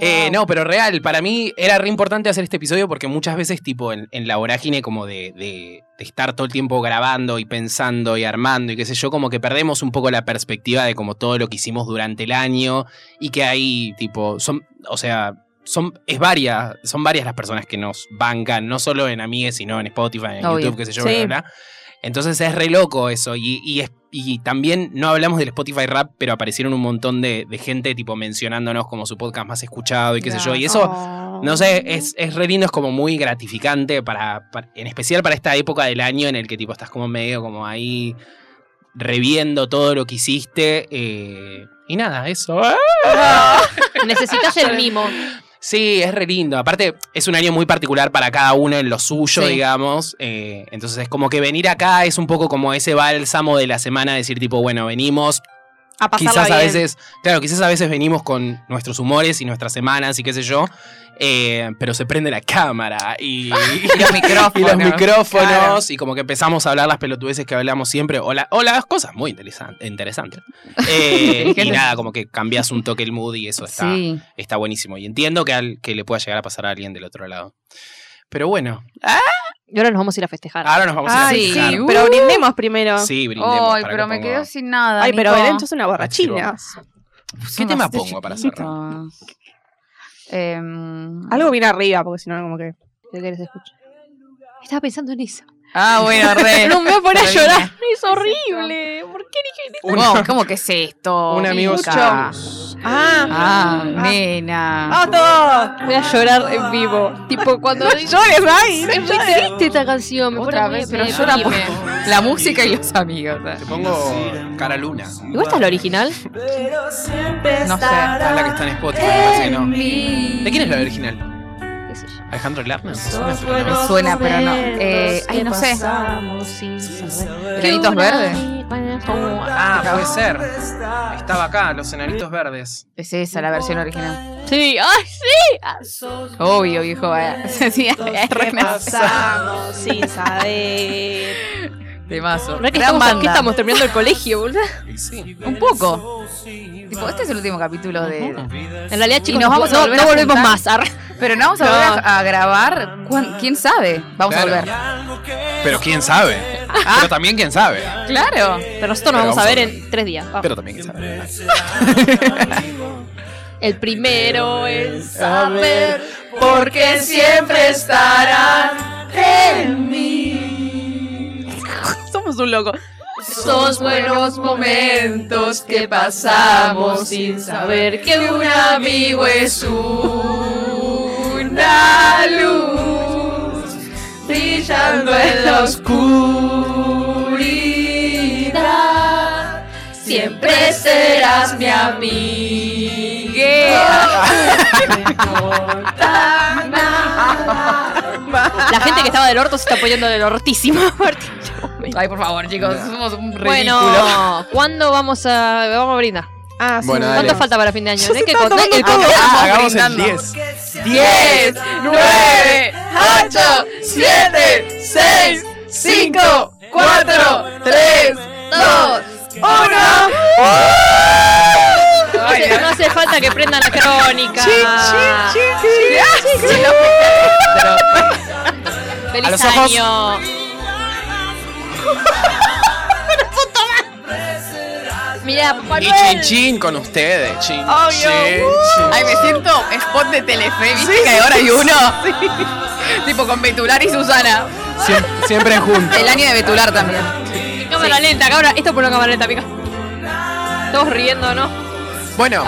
Speaker 2: Eh,
Speaker 5: Wow.
Speaker 2: no, pero real, para mí era re importante hacer este episodio porque muchas veces, tipo, en, en la vorágine como de, de- de estar todo el tiempo grabando y pensando y armando y qué sé yo, como que perdemos un poco la perspectiva de como todo lo que hicimos durante el año y que ahí, tipo, son, o sea, son, es varias, son varias las personas que nos bancan, no solo en Amigues, sino en Spotify, en
Speaker 1: Obvio.
Speaker 2: YouTube, qué sé yo,
Speaker 4: Sí.
Speaker 2: bla, bla, bla. Entonces es re loco eso. Y, y es- y también no hablamos del Spotify Rap, pero aparecieron un montón de, de gente tipo mencionándonos como su podcast más escuchado y qué sé yo. Y eso,
Speaker 4: Oh.
Speaker 2: no sé, es, es re lindo, es como muy gratificante, para, para- en especial para esta época del año en el que tipo estás como medio como ahí reviendo todo lo que hiciste. eh, y nada, eso. ¡Ah!
Speaker 5: Necesitas el mimo.
Speaker 2: Sí, es re lindo. Aparte, es un año muy particular para cada uno en lo suyo,
Speaker 1: Sí.
Speaker 2: digamos. Eh, entonces, es como que venir acá es un poco como ese bálsamo de la semana, decir tipo, bueno, venimos.
Speaker 4: A pasarla
Speaker 2: Quizás a
Speaker 4: bien.
Speaker 2: veces, claro, quizás a veces venimos con nuestros humores y nuestras semanas y qué sé yo, eh, pero se prende la cámara y,
Speaker 1: Y los micrófonos.
Speaker 2: y los micrófonos
Speaker 1: Claro.
Speaker 2: y como que empezamos a hablar las pelotudeces que hablamos siempre o, la- o las cosas muy interesan- interesantes. Eh, y
Speaker 1: Inteligentes.
Speaker 2: nada, como que cambias un toque el mood y eso está,
Speaker 1: Sí.
Speaker 2: está buenísimo. Y entiendo que, al, que le pueda llegar a pasar a alguien del otro lado. Pero bueno,
Speaker 5: Y ahora nos vamos a ir a festejar.
Speaker 2: ahora nos vamos
Speaker 4: Ay,
Speaker 2: a
Speaker 1: sí,
Speaker 2: ir
Speaker 1: uh.
Speaker 4: Pero brindemos primero.
Speaker 2: Sí, brindemos.
Speaker 1: Ay,
Speaker 2: para
Speaker 1: pero
Speaker 2: que
Speaker 1: me
Speaker 2: ponga-
Speaker 1: quedo sin nada.
Speaker 4: Ay, pero
Speaker 1: Nico.
Speaker 4: Berencho es una borrachina.
Speaker 2: ¿Qué
Speaker 1: Son
Speaker 2: tema
Speaker 1: bastante
Speaker 2: pongo para cerrar?
Speaker 1: chiquitos. Em,
Speaker 4: Algo bien arriba, porque si no, como que.
Speaker 5: ¿Qué querés escuchar? Estaba pensando en eso.
Speaker 1: Ah, bueno, re.
Speaker 5: No me voy a poner a
Speaker 1: Re bien.
Speaker 5: llorar. Es horrible. ¿Por qué dije
Speaker 2: Un-
Speaker 1: Wow, ¿Cómo que es esto?
Speaker 2: un amigo
Speaker 1: Mica.
Speaker 2: Samus.
Speaker 4: ¡Ah!
Speaker 1: Ah, nena.
Speaker 4: ¡Vamos todos!
Speaker 5: Voy a llorar en vivo. Tipo cuando.
Speaker 4: ¡Llores, ay!
Speaker 5: Es muy triste esta canción. Me
Speaker 1: Otra
Speaker 5: pone
Speaker 1: vez,
Speaker 5: muy
Speaker 1: pero yo la pongo. La música y los amigos. eh.
Speaker 2: Te pongo cara luna.
Speaker 5: Igual esta es la original.
Speaker 1: No sé.
Speaker 2: Esta es la que está en Spotify, así que no. ¿De quién es la original?
Speaker 5: ¿Qué sé yo?
Speaker 2: Alejandro Lerner.
Speaker 1: Me suena, pero no. Eh, ay, no sé. Granitos verdes.
Speaker 2: Ah, puede ser. Estaba acá, los enanitos verdes.
Speaker 1: Es esa la versión original.
Speaker 5: Sí, ay, sí.
Speaker 1: Obvio, viejo. vaya. Sí, es re
Speaker 4: Pasamos sin saber.
Speaker 1: Temazo.
Speaker 5: ¿Verdad que
Speaker 1: Gran
Speaker 5: estamos, que
Speaker 1: banda.
Speaker 5: estamos terminando el colegio, boludo?
Speaker 2: Sí.
Speaker 1: Un poco. Tipo, este es el último capítulo de.
Speaker 5: En realidad, chicos,
Speaker 1: nos vamos a
Speaker 5: no-
Speaker 1: volver
Speaker 5: no
Speaker 1: a
Speaker 5: volvemos
Speaker 1: juntar.
Speaker 5: más. Arre.
Speaker 1: Pero no vamos a volver a, a grabar. ¿Cuán- ¿Quién sabe? Vamos
Speaker 2: Claro.
Speaker 1: a volver. Ah.
Speaker 2: Pero quién sabe. Pero también quién sabe.
Speaker 1: Claro.
Speaker 5: Pero nosotros nos
Speaker 2: Pero
Speaker 5: vamos a
Speaker 2: vamos
Speaker 5: ver
Speaker 2: a
Speaker 5: en tres días. Vamos.
Speaker 2: Pero también quién sabe.
Speaker 5: El primero es.
Speaker 2: Saber
Speaker 1: Porque siempre estarán.
Speaker 4: Somos un loco.
Speaker 5: Esos buenos momentos que pasamos sin saber que un amigo es una luz
Speaker 4: Ah,
Speaker 5: brillando en la oscuridad. Siempre serás mi amiga. La gente que estaba del orto se está apoyando del hortísimo.
Speaker 1: Ay, por favor, chicos. Somos un ridículo.
Speaker 5: Bueno, ¿cuándo vamos a, vamos a brindar?
Speaker 4: Ah, sí.
Speaker 2: Bueno, dale.
Speaker 5: ¿Cuánto falta para fin de año?
Speaker 4: Ya
Speaker 5: No
Speaker 4: se
Speaker 5: hay que
Speaker 4: está
Speaker 5: contar-
Speaker 4: tomando
Speaker 5: el
Speaker 4: todo.
Speaker 5: conteo-
Speaker 1: Estamos
Speaker 2: Hagamos el
Speaker 1: brindando.
Speaker 2: 10.
Speaker 1: 10, 9, 8, 7, 6, 5, 4, 3,
Speaker 4: Ah,
Speaker 1: 2, 1.
Speaker 5: Pero no hace falta que prendan la crónica. ¡Feliz
Speaker 2: A los ojos.
Speaker 5: año! Mira, papá
Speaker 2: Y chin
Speaker 5: Noel.
Speaker 2: chin con ustedes. Chin,
Speaker 1: Obvio.
Speaker 2: chin, chin.
Speaker 1: Ay, me siento spot de Telefe, ¿viste? que ahora hay uno. tipo con Betular y Susana.
Speaker 2: Siem- siempre juntos.
Speaker 1: El año de Betular también.
Speaker 5: Cámara lenta, cámara. Esto por la cámara lenta, pica. Todos riendo, ¿no?
Speaker 2: Bueno,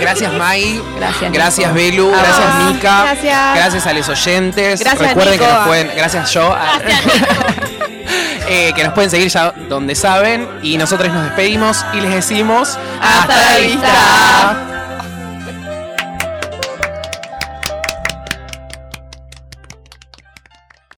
Speaker 2: gracias Mai,
Speaker 1: Gracias.
Speaker 2: gracias Belu, gracias Mika,
Speaker 4: gracias.
Speaker 2: a los oyentes.
Speaker 4: Gracias,
Speaker 2: Recuerden que
Speaker 4: Nico.
Speaker 2: nos pueden, gracias yo, Ah. Eh, que nos pueden seguir ya donde saben y nosotros nos despedimos y les decimos
Speaker 1: Hasta la vista.